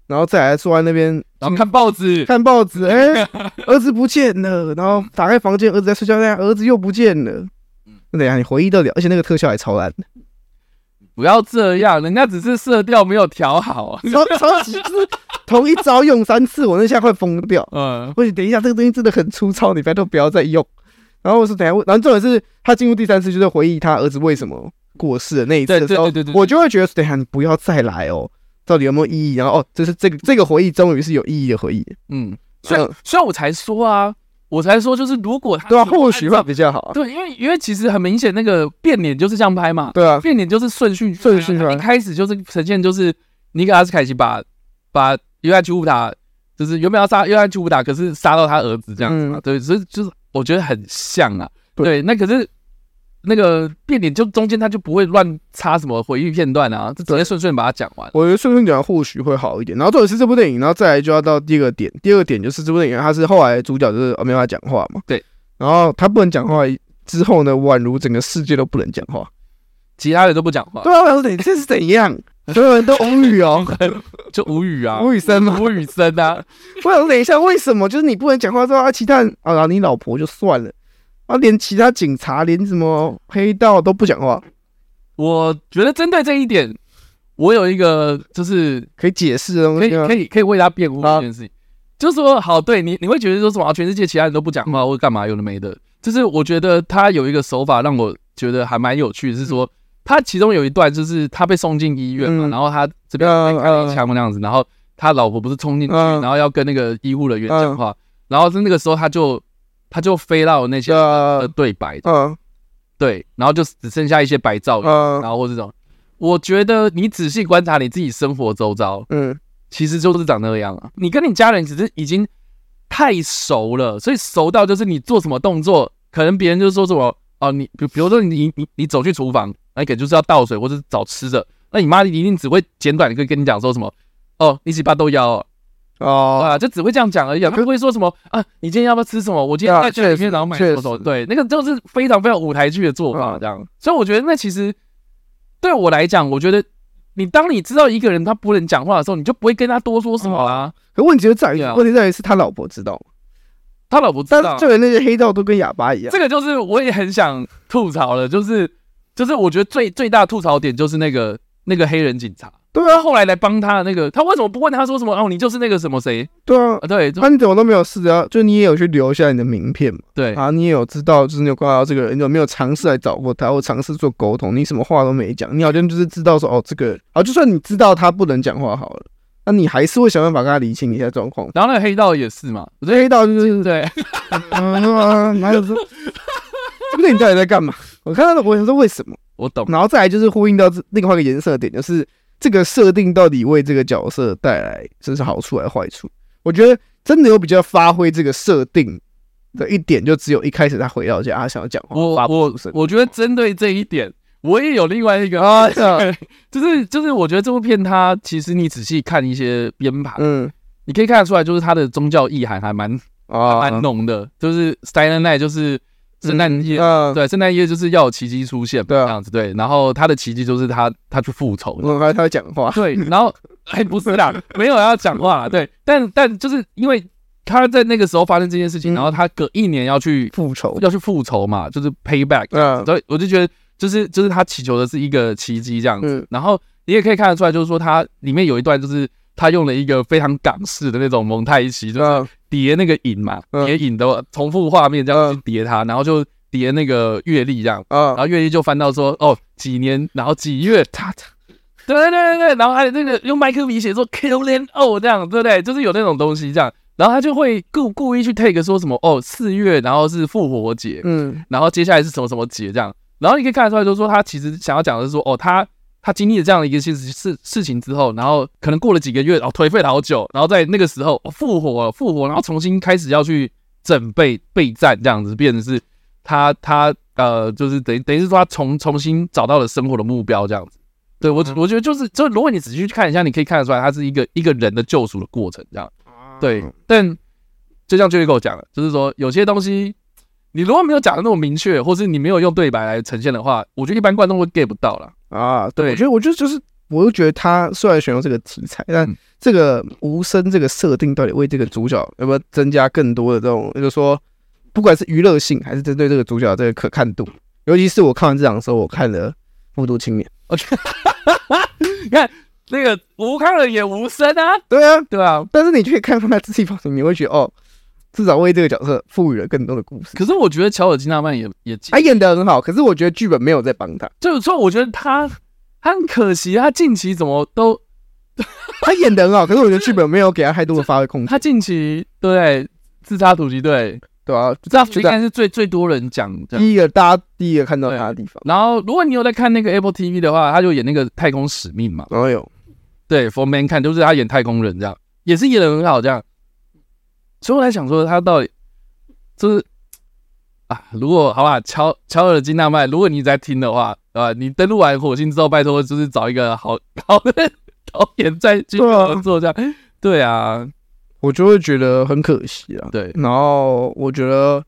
然后再来坐在那边然后看报纸，看 报纸，哎、儿子不见了，然后打开房间，儿子在睡觉，那儿子又不见了。嗯那等一下你回忆到了，而且那个特效还超烂，不要这样，人家只是色调没有调好 啊。超超级就是同一招用三次，我那下快疯掉。嗯，我等一下，这个东西真的很粗糙，你拜托不要再用。然后我说等一下，我然后重点是他进入第三次，就是回忆他儿子为什么过世的那一次对的时候，对对对对我就会觉得等一下你不要再来哦，到底有没有意义？然后哦，这是这个这个回忆终于是有意义的回忆，嗯，所以嗯所以我才说啊，我才说就是如果他对啊，是有或许按照会比较好。对，因为因为其实很明显那个变脸就是这样拍嘛，对啊，变脸就是顺序顺序拍啊拍一开始就是呈现就是尼克拉斯凯奇把把约翰·丘布达就是原本要杀约翰·丘布达，可是杀到他儿子这样子嘛，嗯对，所以就是我觉得很像啊，对，对那可是。那个变脸就中间他就不会乱插什么回忆片段啊，就直接顺顺把它讲完。我觉得顺顺讲或许会好一点。然后重点是这部电影，然后再来就要到第二个点，第二个点就是这部电影它是后来主角就是呃没办法讲话嘛，对，然后他不能讲话之后呢，宛如整个世界都不能讲话。其他人都不讲话，对啊，我想说你这是怎样？ 所有人都无语哦，就无语啊， 无语声嘛。无语声啊，我想说等一下，为什么就是你不能讲话之后啊？其他人啊，然后你老婆就算了，啊，连其他警察连什么黑道都不讲话，我觉得针对这一点，我有一个就是可以解释的东可以西吗可？以可以为他辩护啊这件事情，就是说好，对你你会觉得说什么啊全世界其他人都不讲话嗯或者干嘛有的没的，就是我觉得他有一个手法让我觉得还蛮有趣，是说他其中有一段就是他被送进医院嘛，嗯然后他这边嗯被开了嗯一枪那样子，然后他老婆不是冲进去，嗯然后要跟那个医护人员讲话，然后是那个时候他就他就飞到那些呃呃，对白，嗯对，然后就只剩下一些白噪音，嗯然后或这种，我觉得你仔细观察你自己生活周遭。嗯，其实就是长那样啊。你跟你家人只是已经太熟了，所以熟到就是你做什么动作，可能别人就说什么哦，你比比如说你你你你走去厨房，那你可能就是要倒水或者是找吃的，那你妈一定只会简短的跟你讲说什么哦，你几把豆腰、哦、哦，啊，就只会这样讲而已、啊，可她不会说什么啊，你今天要不要吃什么？我今天对啊在这里确面实然后买确什么什么？实对，那个就是非常非常舞台剧的做法啊嗯这样。所以我觉得那其实对我来讲，我觉得你当你知道一个人他不能讲话的时候，你就不会跟他多说什么啦、可问题就在于对啊，问题在于是他老婆知道吗，他老婆知但道啊是，就连那些黑道都跟哑巴一样这，个就是我也很想吐槽了，就是就是我觉得最最大吐槽点就是那个那个黑人警察，对他啊，后来来帮他的那个，他为什么不问他说什么？哦，你就是那个什么谁对啊，啊？对就那你怎么都没有试着要，就你也有去留下你的名片嘛？对啊，你也有知道，就是你有观察到这个人，你有没有尝试来找过他，或尝试做沟通？你什么话都没讲，你好像就是知道说，哦，这个人，啊，就算你知道他不能讲话好了，那你还是会想办法跟他理清一下状况。然后那个黑道也是嘛，我觉得黑道就是，对，嗯啊，哪有这？ 这个你到底在干嘛？我看到了，我想说为什么？我 懂，然后再来就是呼应到这另外一个颜色点，就是这个设定到底为这个角色带来这是好处还是坏处？我觉得真的有比较发挥这个设定的一点，就只有一开始他回到家，他想要讲话，我发我不出声我觉得针对这一点，我也有另外一个啊，就是就是我觉得这部片它其实你仔细看一些编排，嗯你可以看得出来，就是它的宗教意涵还蛮 啊蛮浓的，就是 Silent Night 就是圣诞夜。啊，对，圣诞夜就是要有奇迹出现嘛，对啊嗯这样子对。然后他的奇迹就是他他去复仇，我还他会讲话，对。然 后哎，不是啦，没有要讲话啦，对。但但就是因为他在那个时候发生这件事情，嗯然后他隔一年要去复仇，要去复仇嘛，就是 payback，嗯所以我就觉得就是就是他祈求的是一个奇迹这样子。嗯然后你也可以看得出来，就是说他里面有一段就是他用了一个非常港式的那种蒙太奇，就是嗯叠那个影嘛，嗯叠影的重复画面这样嗯去叠它，然后就叠那个月历这样，然啊，后月历就翻到说哦几年，然后几月，他他，对对对对，然后还有那个用麦克笔写说 kill and o 这样，对不对？就是有那种东西这样，然后他就会故故意去 take 说什么哦四月，然后是复活节，嗯然后接下来是什么什么节这样，然后你可以看得出来，就是说他其实想要讲的是说，哦，他他经历了这样的一个事事事情之后，然后可能过了几个月，哦，颓废了好久，然后在那个时候、哦、复活了，复活，然后重新开始要去准备备战这样子，变成是他他呃，就是等于等于是说他重重新找到了生活的目标这样子。对我，我觉得就是，就如果你仔细去看一下，你可以看得出来，它是一个一个人的救赎的过程，这样。对，但就像 j e r i c o 讲的，就是说有些东西你如果没有讲的那么明确，或是你没有用对白来呈现的话，我觉得一般观众会 get 不到啦。啊，对对，我觉得，我觉得就是，我就觉得他虽然选用这个题材，但嗯这个无声这个设定到底为这个主角有没有增加更多的这种，就是说，不管是娱乐性还是针对这个主角的这个可看度，尤其是我看完这场的时候，我看了《复读青年》，哦啊你看那个吴康仁也无声啊， 对啊，对啊。但是你去看他自己方面，你会觉得哦，至少为这个角色赋予了更多的故事。可是我觉得乔尔金纳曼也也，他演的很好，可是我觉得剧本没有在帮他，就是说我觉得他他很可惜，啊他近期怎么都他演的很好，可是我觉得剧本没有给他太多的发挥空间。他近期对不对自杀突击队对吧、啊？ 这就应在该是嗯最最多人讲的。第一个大家第一个看到他的地方，然后，如果你有在看那个 Apple TV 的话，他就演那个太空使命嘛，然后有对，For Man 看就是他演太空人这样，也是演的很好这样。所以我在想说，他到底就是啊，如果好吧，敲敲耳机那麦，如果你在听的话，啊，你登录完火星之后，拜托就是找一个好 好的导演再去对啊合作这样。对啊，我就会觉得很可惜啊。对，然后我觉得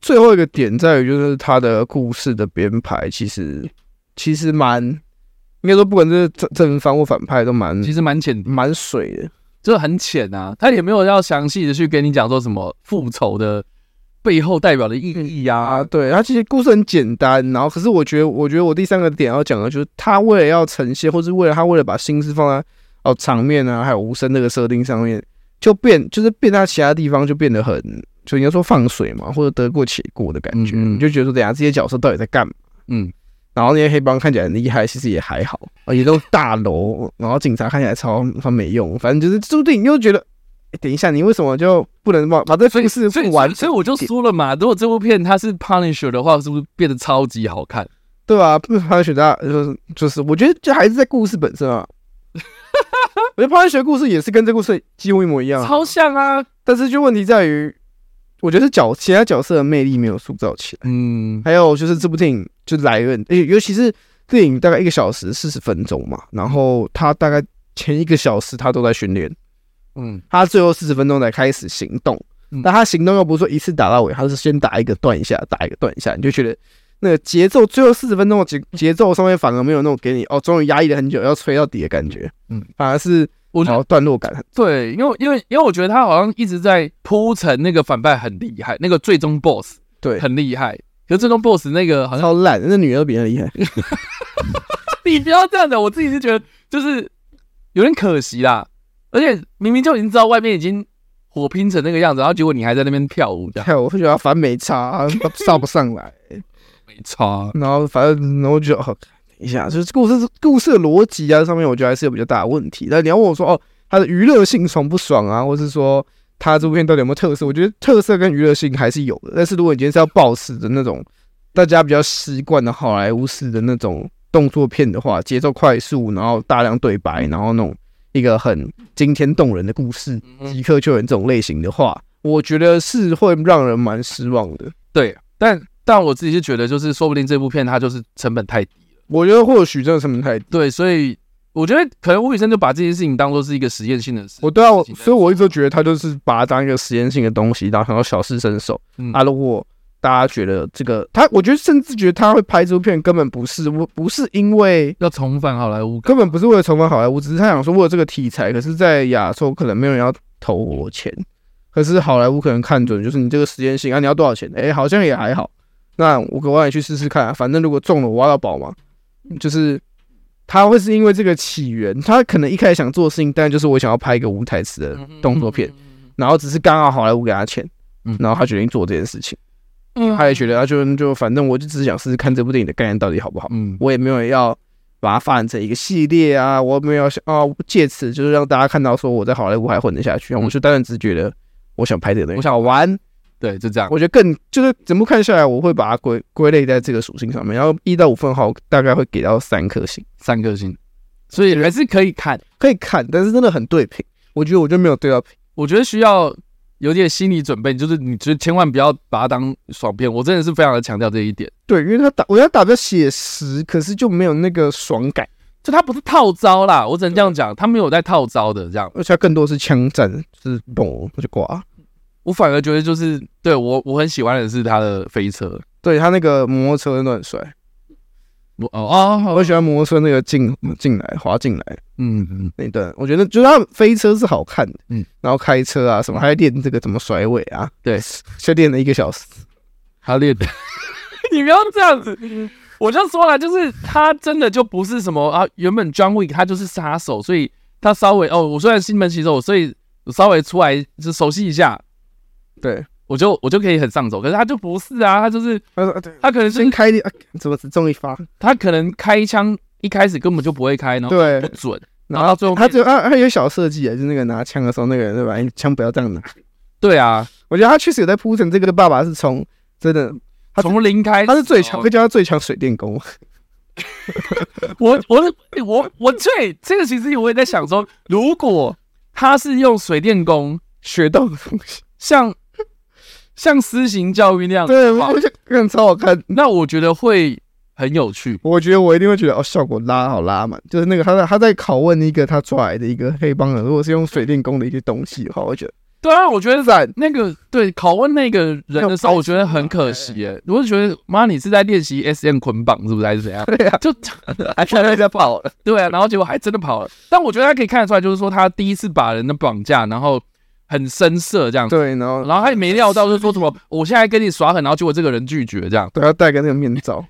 最后一个点在于，就是他的故事的编排，其实其实蛮，应该说不管是正正方或反派都蛮其实蛮浅蛮水的。就是很浅啊，他也没有要详细的去跟你讲说什么复仇的背后代表的意义啊，啊，对，它其实故事很简单，然后可是我觉得，我觉得我第三个点要讲的就是，他为了要呈现，或是为了他为了把心思放在哦场面啊，还有无声这个设定上面，就变就是变到其他地方就变得很，就应该说放水嘛，或者得过且过的感觉，嗯嗯你就觉得说，等一下这些角色到底在干嘛？嗯，然后那些黑帮看起来很厉害，其实也还好，而且都是大楼，然后警察看起来超超没用，反正就是注定你就觉得，诶等一下你为什么就不能把把 这故事所以不完整所以我就一点说了嘛，如果这部片它是 Punisher 的话，是不是变得超级好看？对啊，不是潘雪大，就是就是，我觉得这还是在故事本身啊。我觉得潘雪的故事也是跟这故事几乎一模一样啊，超像啊，但是就问题在于，我觉得是角其他角色的魅力没有塑造起来，嗯，还有就是这部电影就来源，而且尤其是电影大概一个小时四十分钟嘛，然后他大概前一个小时他都在训练，嗯，他最后四十分钟才开始行动嗯，但他行动又不是说一次打到尾，他是先打一个断一下，打一个断一下，你就觉得那个节奏最后四十分钟的节嗯节奏上面反而没有那种给你哦，终于压抑了很久要吹到底的感觉，嗯，反而是我然后段落感很，对，因为因为因为我觉得他好像一直在铺陈那个反派很厉害，那个最终 BOSS 对，很厉害，可是最终 BOSS 那个好像嗯超烂，那女的都比他厉害， 你不要这样的，我自己是觉得就是有点可惜啦。而且明明就已经知道外面已经火拼成那个样子，然后结果你还在那边跳舞，这样还有我会觉得他反美差， 他上不上来，没差。然后反正然后就哦，等一下就是故事故事的逻辑啊上面，我觉得还是有比较大的问题。但你要问我说哦，它的娱乐性爽不爽啊，或是说它这部片到底有没有特色？我觉得特色跟娱乐性还是有的。但是如果你今天是要暴食的那种，大家比较习惯的好莱坞式的那种动作片的话，节奏快速，然后大量对白，然后那种一个很惊天动人的故事，哼即刻救人这种类型的话，我觉得是会让人蛮失望的。对，但但我自己是觉得，就是说不定这部片它就是成本太低，我觉得或许真的成本太低。对，所以我觉得可能吴宇森就把这件事情当做是一个实验性的事。我对啊，我情在所以我一直都觉得他就是把它当一个实验性的东西，然后想要小试身手。嗯啊，如果大家觉得这个，他我觉得甚至觉得他会拍这部片根本不是，我不是因为要重返好莱坞，根本不是为了重返好莱坞，只是他想说为了这个题材，可是在亚洲可能没有人要投我钱，可是好莱坞可能看准就是你这个实验性啊，你要多少钱？哎、好像也还好，那我我让你去试试看、啊，反正如果中了我挖到宝嘛，就是。他会是因为这个起源，他可能一开始想做的事情，但就是我想要拍一个无台词的动作片，然后只是刚好好莱坞给他钱，嗯然后他决定做这件事情，嗯他也觉得他就就反正我就只是想试试看这部电影的概念到底好不好，嗯，我也没有要把它发展成一个系列啊，我也没有想哦借此就是让大家看到说我在好莱坞还混得下去，啊，嗯我就单纯只是觉得我想拍这个东西，我我想玩，对，就这样。我觉得更就是整部看下来，我会把它归归类在这个属性上面，然后一到五分好大概会给到三颗星，三颗星，所以还是可以看。可以看，但是真的很对平，我觉得我就没有对到平，我觉得需要有点心理准备，就是你就千万不要把它当爽片。我真的是非常的强调这一点，对，因为他打我觉得他打比较写实，可是就没有那个爽感。就它不是套招啦，我只能这样讲，他没有在套招的这样。而且它更多是枪战，就是嘣就挂。我反而觉得就是对我我很喜欢的是他的飞车，对他那个摩托车真的很帅，我哦哦，我喜欢摩托车那个进进来滑进来嗯嗯那一段，我觉得就是他飞车是好看的，嗯嗯，然后开车啊什么，还要练这个怎么甩尾啊，对，就练了一个小时。他练的， 你不要这样子。我就说了，就是他真的就不是什么啊，原本 John Wick 他就是杀手，所以他稍微哦，我虽然新门新手，所以稍微出来就熟悉一下，对，我就我就可以很上手。可是他就不是啊，他就是他说啊对，他可能是先开的、啊，怎么只中一发？他可能开枪一开始根本就不会开，然后对不，准，然然后到最后啊他只有啊，他有小设计啊，就是那个拿枪的时候，那个人对吧？哎枪不要这样拿，对啊，我觉得他确实有在铺陈这个爸爸是从真的，他从零开始，哦他是最强，可以叫他最强水电工。我我我我最这个其实我也在想说，如果他是用水电工，学到的东西。像像私行教育那样对，的话我，觉得嗯超好看。那我觉得会很有趣。我觉得我一定会觉得哦，效果拉好拉满，就是那个他在他在拷问一个他抓来的一个黑帮人，如果是用水电工的一些东西的话，我觉得对啊，我觉得赞。那个对拷问那个人的时候，我觉得很可惜啊耶。我就觉得妈，你是在练习 S M 捆绑是不是还是怎样？对啊，就 还在那在跑了。对啊，然后结果还真的跑了。但我觉得他可以看得出来，就是说他第一次把人的绑架，然后很生涩这样子，对，然后然后他也没料到就是说什么我现在跟你耍狠，然后结果这个人拒绝这样，对要戴个那个面罩，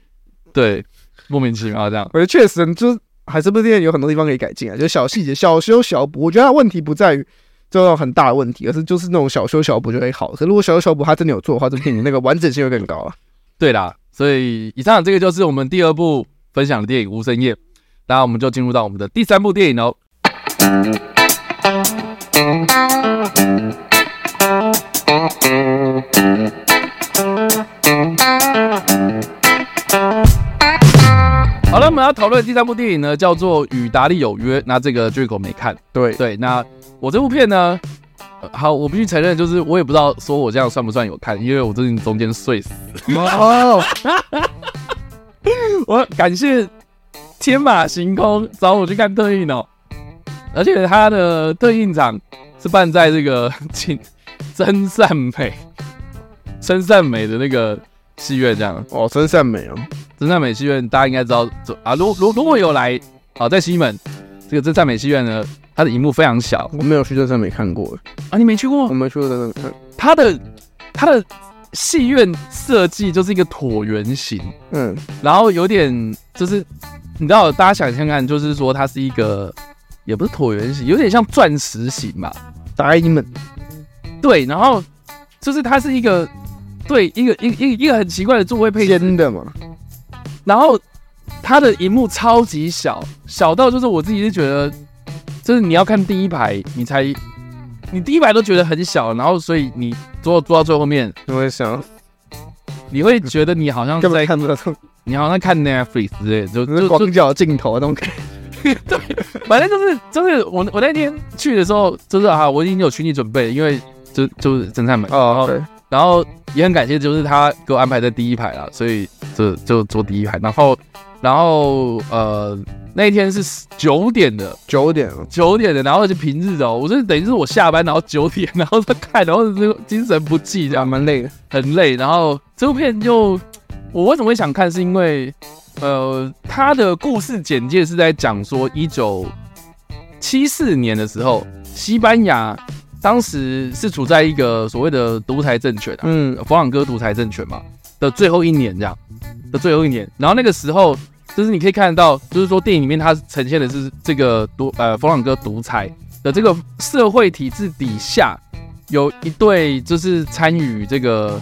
对，莫名其妙这样。我觉得确实就是还是不是有很多地方可以改进啊，就是小细节、小修小补。我觉得他问题不在于这种很大的问题，而是就是那种小修小补就会好。可是如果小修小补他真的有做的话，这电影那个完整性会更高啊。对啦，所以以上这个就是我们第二部分享的电影《无声夜》，那我们就进入到我们的第三部电影哦。好了，我们要讨论的第三部电影呢，叫做《与达利有约》。那这个 j 狗没看，对，对，那我这部片呢，呃好，我必须承认，就是我也不知道说我这样算不算有看，因为我最近中间睡死。哦， 我感谢天马行空找我去看特映哦，而且他的特映场是办在这个金 真善美、真善美的那个戏院，这样哦，真善美哦，真善美戏院大家应该知道这啊，如如如果有来啊，在西门这个真善美戏院呢，它的荧幕非常小我没有去真善美看过，啊，你没去过我？没去过真善美看。它的它的戏院设计就是一个椭圆形，嗯，然后有点就是，你知道，大家想象看，就是说它是一个，也不是椭圆形，有点像钻石形嘛。打你们，对，然后就是它是一个，对，一个一个一个一个很奇怪的座位配置，尖的嘛，然后它的荧幕超级小，小到就是我自己是觉得，就是你要看第一排，你才你第一排都觉得很小，然后所以你坐坐到最后面，我会想你会觉得你好像根本在看不到这种，你好像在看 Netflix 之类的，就只是就就广角镜头那种感觉。反正就是就是我我那天去的时候，就是啊，我已经有心理准备，因为就就是侦探们，哦，对，然后也很感谢，就是他给我安排在第一排啦，所以就就坐第一排。然后然后呃那一天是九点的，九点了，九点的，然后是平日的、哦，我是等于是我下班然后九点，然后再看，然后就精神不济这样啊，。蛮累的。很累。然后这部片就我为什么会想看，是因为呃，它的故事简介是在讲说一九七四年的时候，西班牙当时是处在一个所谓的独裁政权啊，嗯，佛朗哥独裁政权嘛的最后一年这样的最后一年，然后那个时候就是你可以看到，就是说电影里面它呈现的是这个独呃佛朗哥独裁的这个社会体制底下，有一对就是参与这个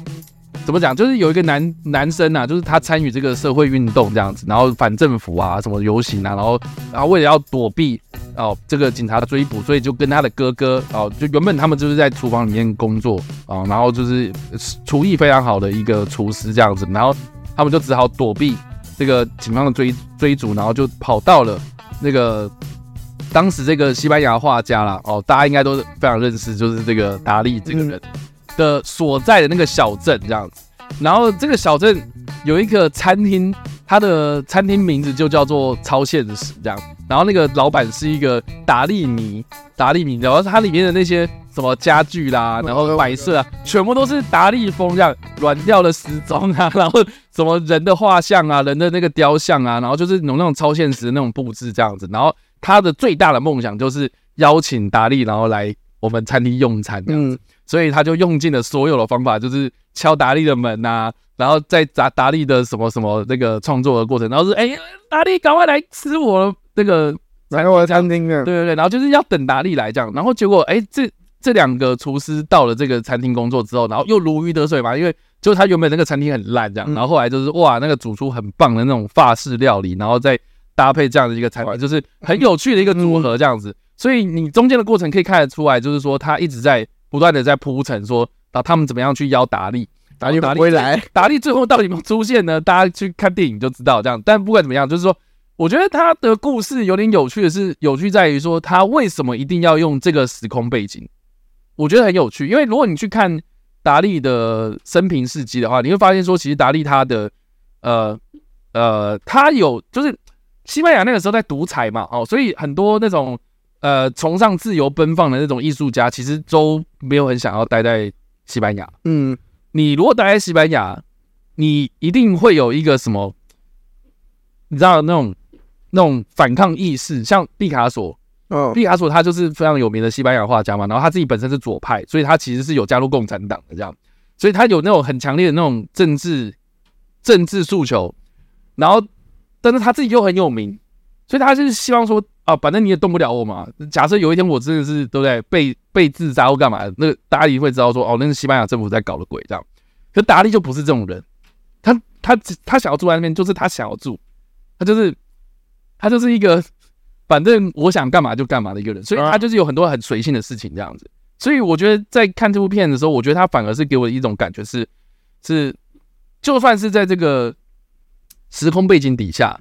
怎么讲，就是有一个男男生啊，就是他参与这个社会运动这样子，然后反政府啊，什么游行啊，然后然后为了要躲避哦这个警察的追捕，所以就跟他的哥哥哦，就原本他们就是在厨房里面工作哦，然后就是呃厨艺非常好的一个厨师这样子，然后他们就只好躲避这个警方的追追逐，然后就跑到了那个当时这个西班牙画家啦，哦，大家应该都非常认识，就是这个达利这个人的所在的那个小镇这样子。然后这个小镇有一个餐厅，它的餐厅名字就叫做超现实这样。然后那个老板是一个达利迷，达利迷，然后它里面的那些什么家具啦，然后摆设啊，全部都是达利风这样软掉的时钟啊， 然后什么人的画像啊，人的那个雕像啊，然后就是有那种超现实的那种布置这样子。然后他的最大的梦想就是邀请达利，然后来我们餐厅用餐这样嗯，所以他就用尽了所有的方法，就是敲达利的门呐、然后在达达利的什么什么那个创作的过程，然后是哎、达利赶快来吃我的那个，来我的餐厅对的，对对，然后就是要等达利来这样，然后结果哎、这这两个厨师到了这个餐厅工作之后，然后又如鱼得水嘛，因为就是他原本那个餐厅很烂这样，嗯然后后来就是哇那个煮出很棒的那种法式料理，然后再搭配这样的一个餐厅，就是很有趣的一个组合这样子，所以你中间的过程可以看得出来，就是说他一直在不断的在铺陈说，啊，他们怎么样去邀达利，达利打达不利回来， 达利最后到底有没有出现呢？大家去看电影就知道。这样，但不管怎么样，就是说，我觉得他的故事有点有趣的是，有趣在于说他为什么一定要用这个时空背景，我觉得很有趣。因为如果你去看达利的生平事迹的话，你会发现说，其实达利他的呃呃，他有就是西班牙那个时候在独裁嘛，哦，所以很多那种呃崇尚自由奔放的那种艺术家，其实都没有很想要待在西班牙。嗯，你如果待在西班牙，你一定会有一个什么，你知道那种那种反抗意识，像毕卡索，哦，毕卡索他就是非常有名的西班牙画家嘛，然后他自己本身是左派，所以他其实是有加入共产党的这样，所以他有那种很强烈的那种政治政治诉求，然后但是他自己又很有名，所以他就是希望说啊，反正你也动不了我嘛。假设有一天我真的是对不对被被自杀或干嘛的，那个达利会知道说哦，那是西班牙政府在搞的鬼这样。可达利就不是这种人，他他他想要住在那边，就是他想要住，他就是他就是一个反正我想干嘛就干嘛的一个人，所以啊他就是有很多很随性的事情这样子。所以我觉得在看这部片的时候，我觉得他反而是给我一种感觉是是，就算是在这个时空背景底下，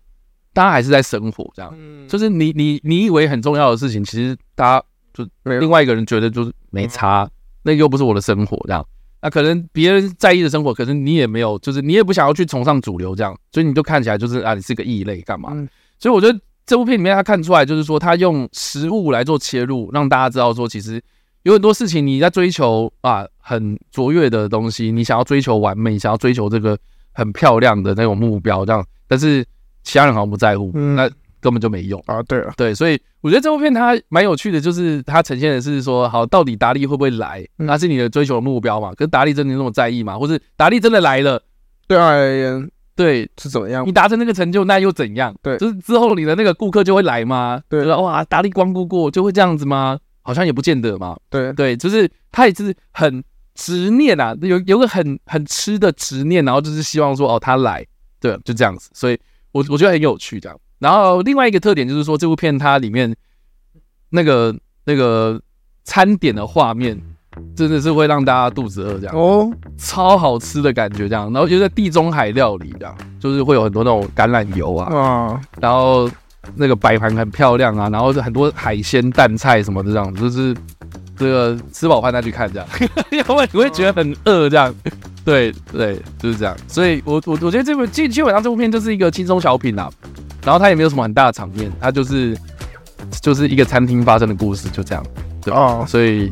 大家还是在生活这样。嗯就是你你你以为很重要的事情，其实大家就没有另外一个人觉得就是没差，嗯那又不是我的生活这样。那可能别人在意的生活，可是你也没有，就是你也不想要去崇尚主流这样，所以你就看起来就是啊，你是个异类干嘛？嗯所以我觉得这部片里面他看出来，就是说他用食物来做切入，让大家知道说，其实有很多事情你在追求啊很卓越的东西，你想要追求完美，想要追求这个很漂亮的那种目标这样，但是其他人好像不在乎，嗯那根本就没用。啊，对了，对，所以我觉得这部片它蛮有趣的，就是它呈现的是说，好，到底达利会不会来，嗯那是你的追求的目标嘛？可是达利真的那么在意吗？或是达利真的来了，对我而言对是怎么样你？达成那个成就，那又怎样？对就是之后你的那个顾客就会来吗？对就是哇，达利光顾过就会这样子吗？好像也不见得嘛。对，对，就是他也是很执念啊，有有个很很吃的执念，然后就是希望说哦他来，对，就这样子，所以我我觉得很有趣这样。然后另外一个特点就是说这部片它里面那个那个餐点的画面。真的是会让大家肚子饿，这样哦，超好吃的感觉，这样，然后就在地中海料理这样，就是会有很多那种橄榄油啊，啊，然后那个摆盘很漂亮啊，然后就很多海鲜淡菜什么的这样，就是这个吃饱饭再去看这样，要不然你会觉得很饿这样。对对，就是这样。所以我我我觉得这部基基本上这部片就是一个轻松小品啦，然后它也没有什么很大的场面，它就是就是一个餐厅发生的故事，就这样。对啊哦，所以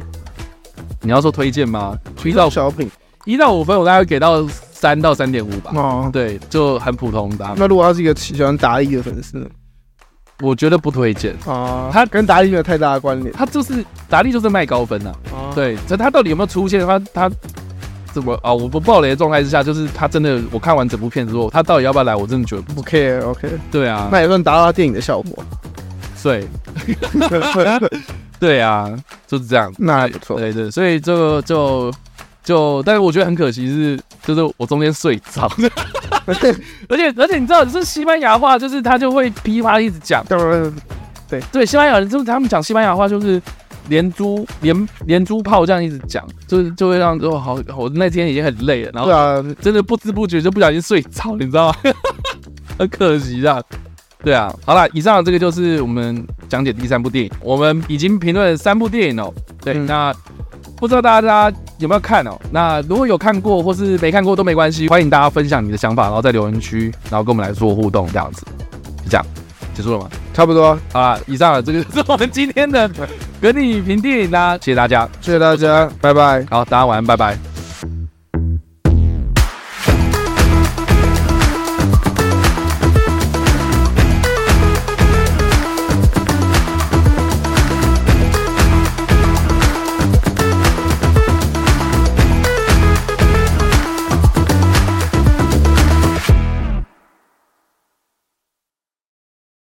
你要说推荐吗？一到小品一到五分，我大概会给到三到三点五吧。哦。对，就很普通的啊，那如果他是一个喜欢达利的粉丝呢我觉得不推荐。啊，他跟达利没有太大的关联他就是达利就是卖高分呐、啊，对，这他到底有没有出现？他他怎么啊？我不爆雷的状态之下，就是他真的，我看完整部片之后，他到底要不要来？我真的觉得不不 care OK，对啊，那也算达到他电影的 效果，对对啊，就是这样。那还不错。对对，所以这个就就，但是我觉得很可惜是，就是我中间睡着， 而且而且你知道，就是西班牙话，就是他就会噼啪一直讲。当然，对，西班牙人就是他们讲西班牙话，就是连珠连连珠炮这样一直讲，就是就会让哦好，我那天已经很累了，然对后啊，真的不知不觉就不小心睡着，你知道吗？ 很可惜啊。对啊，好啦，以上这个就是我们讲解第三部电影，我们已经评论了三部电影哦。对，嗯那不知道大家有没有看哦？那如果有看过或是没看过都没关系，欢迎大家分享你的想法，然后在留言区，然后跟我们来做互动，这样子，就这样，结束了吗？差不多，好啦，以上了，这个是我 们今天的跟你评电影啦，谢谢大家，谢谢大家，拜拜。好，大家晚安，拜拜。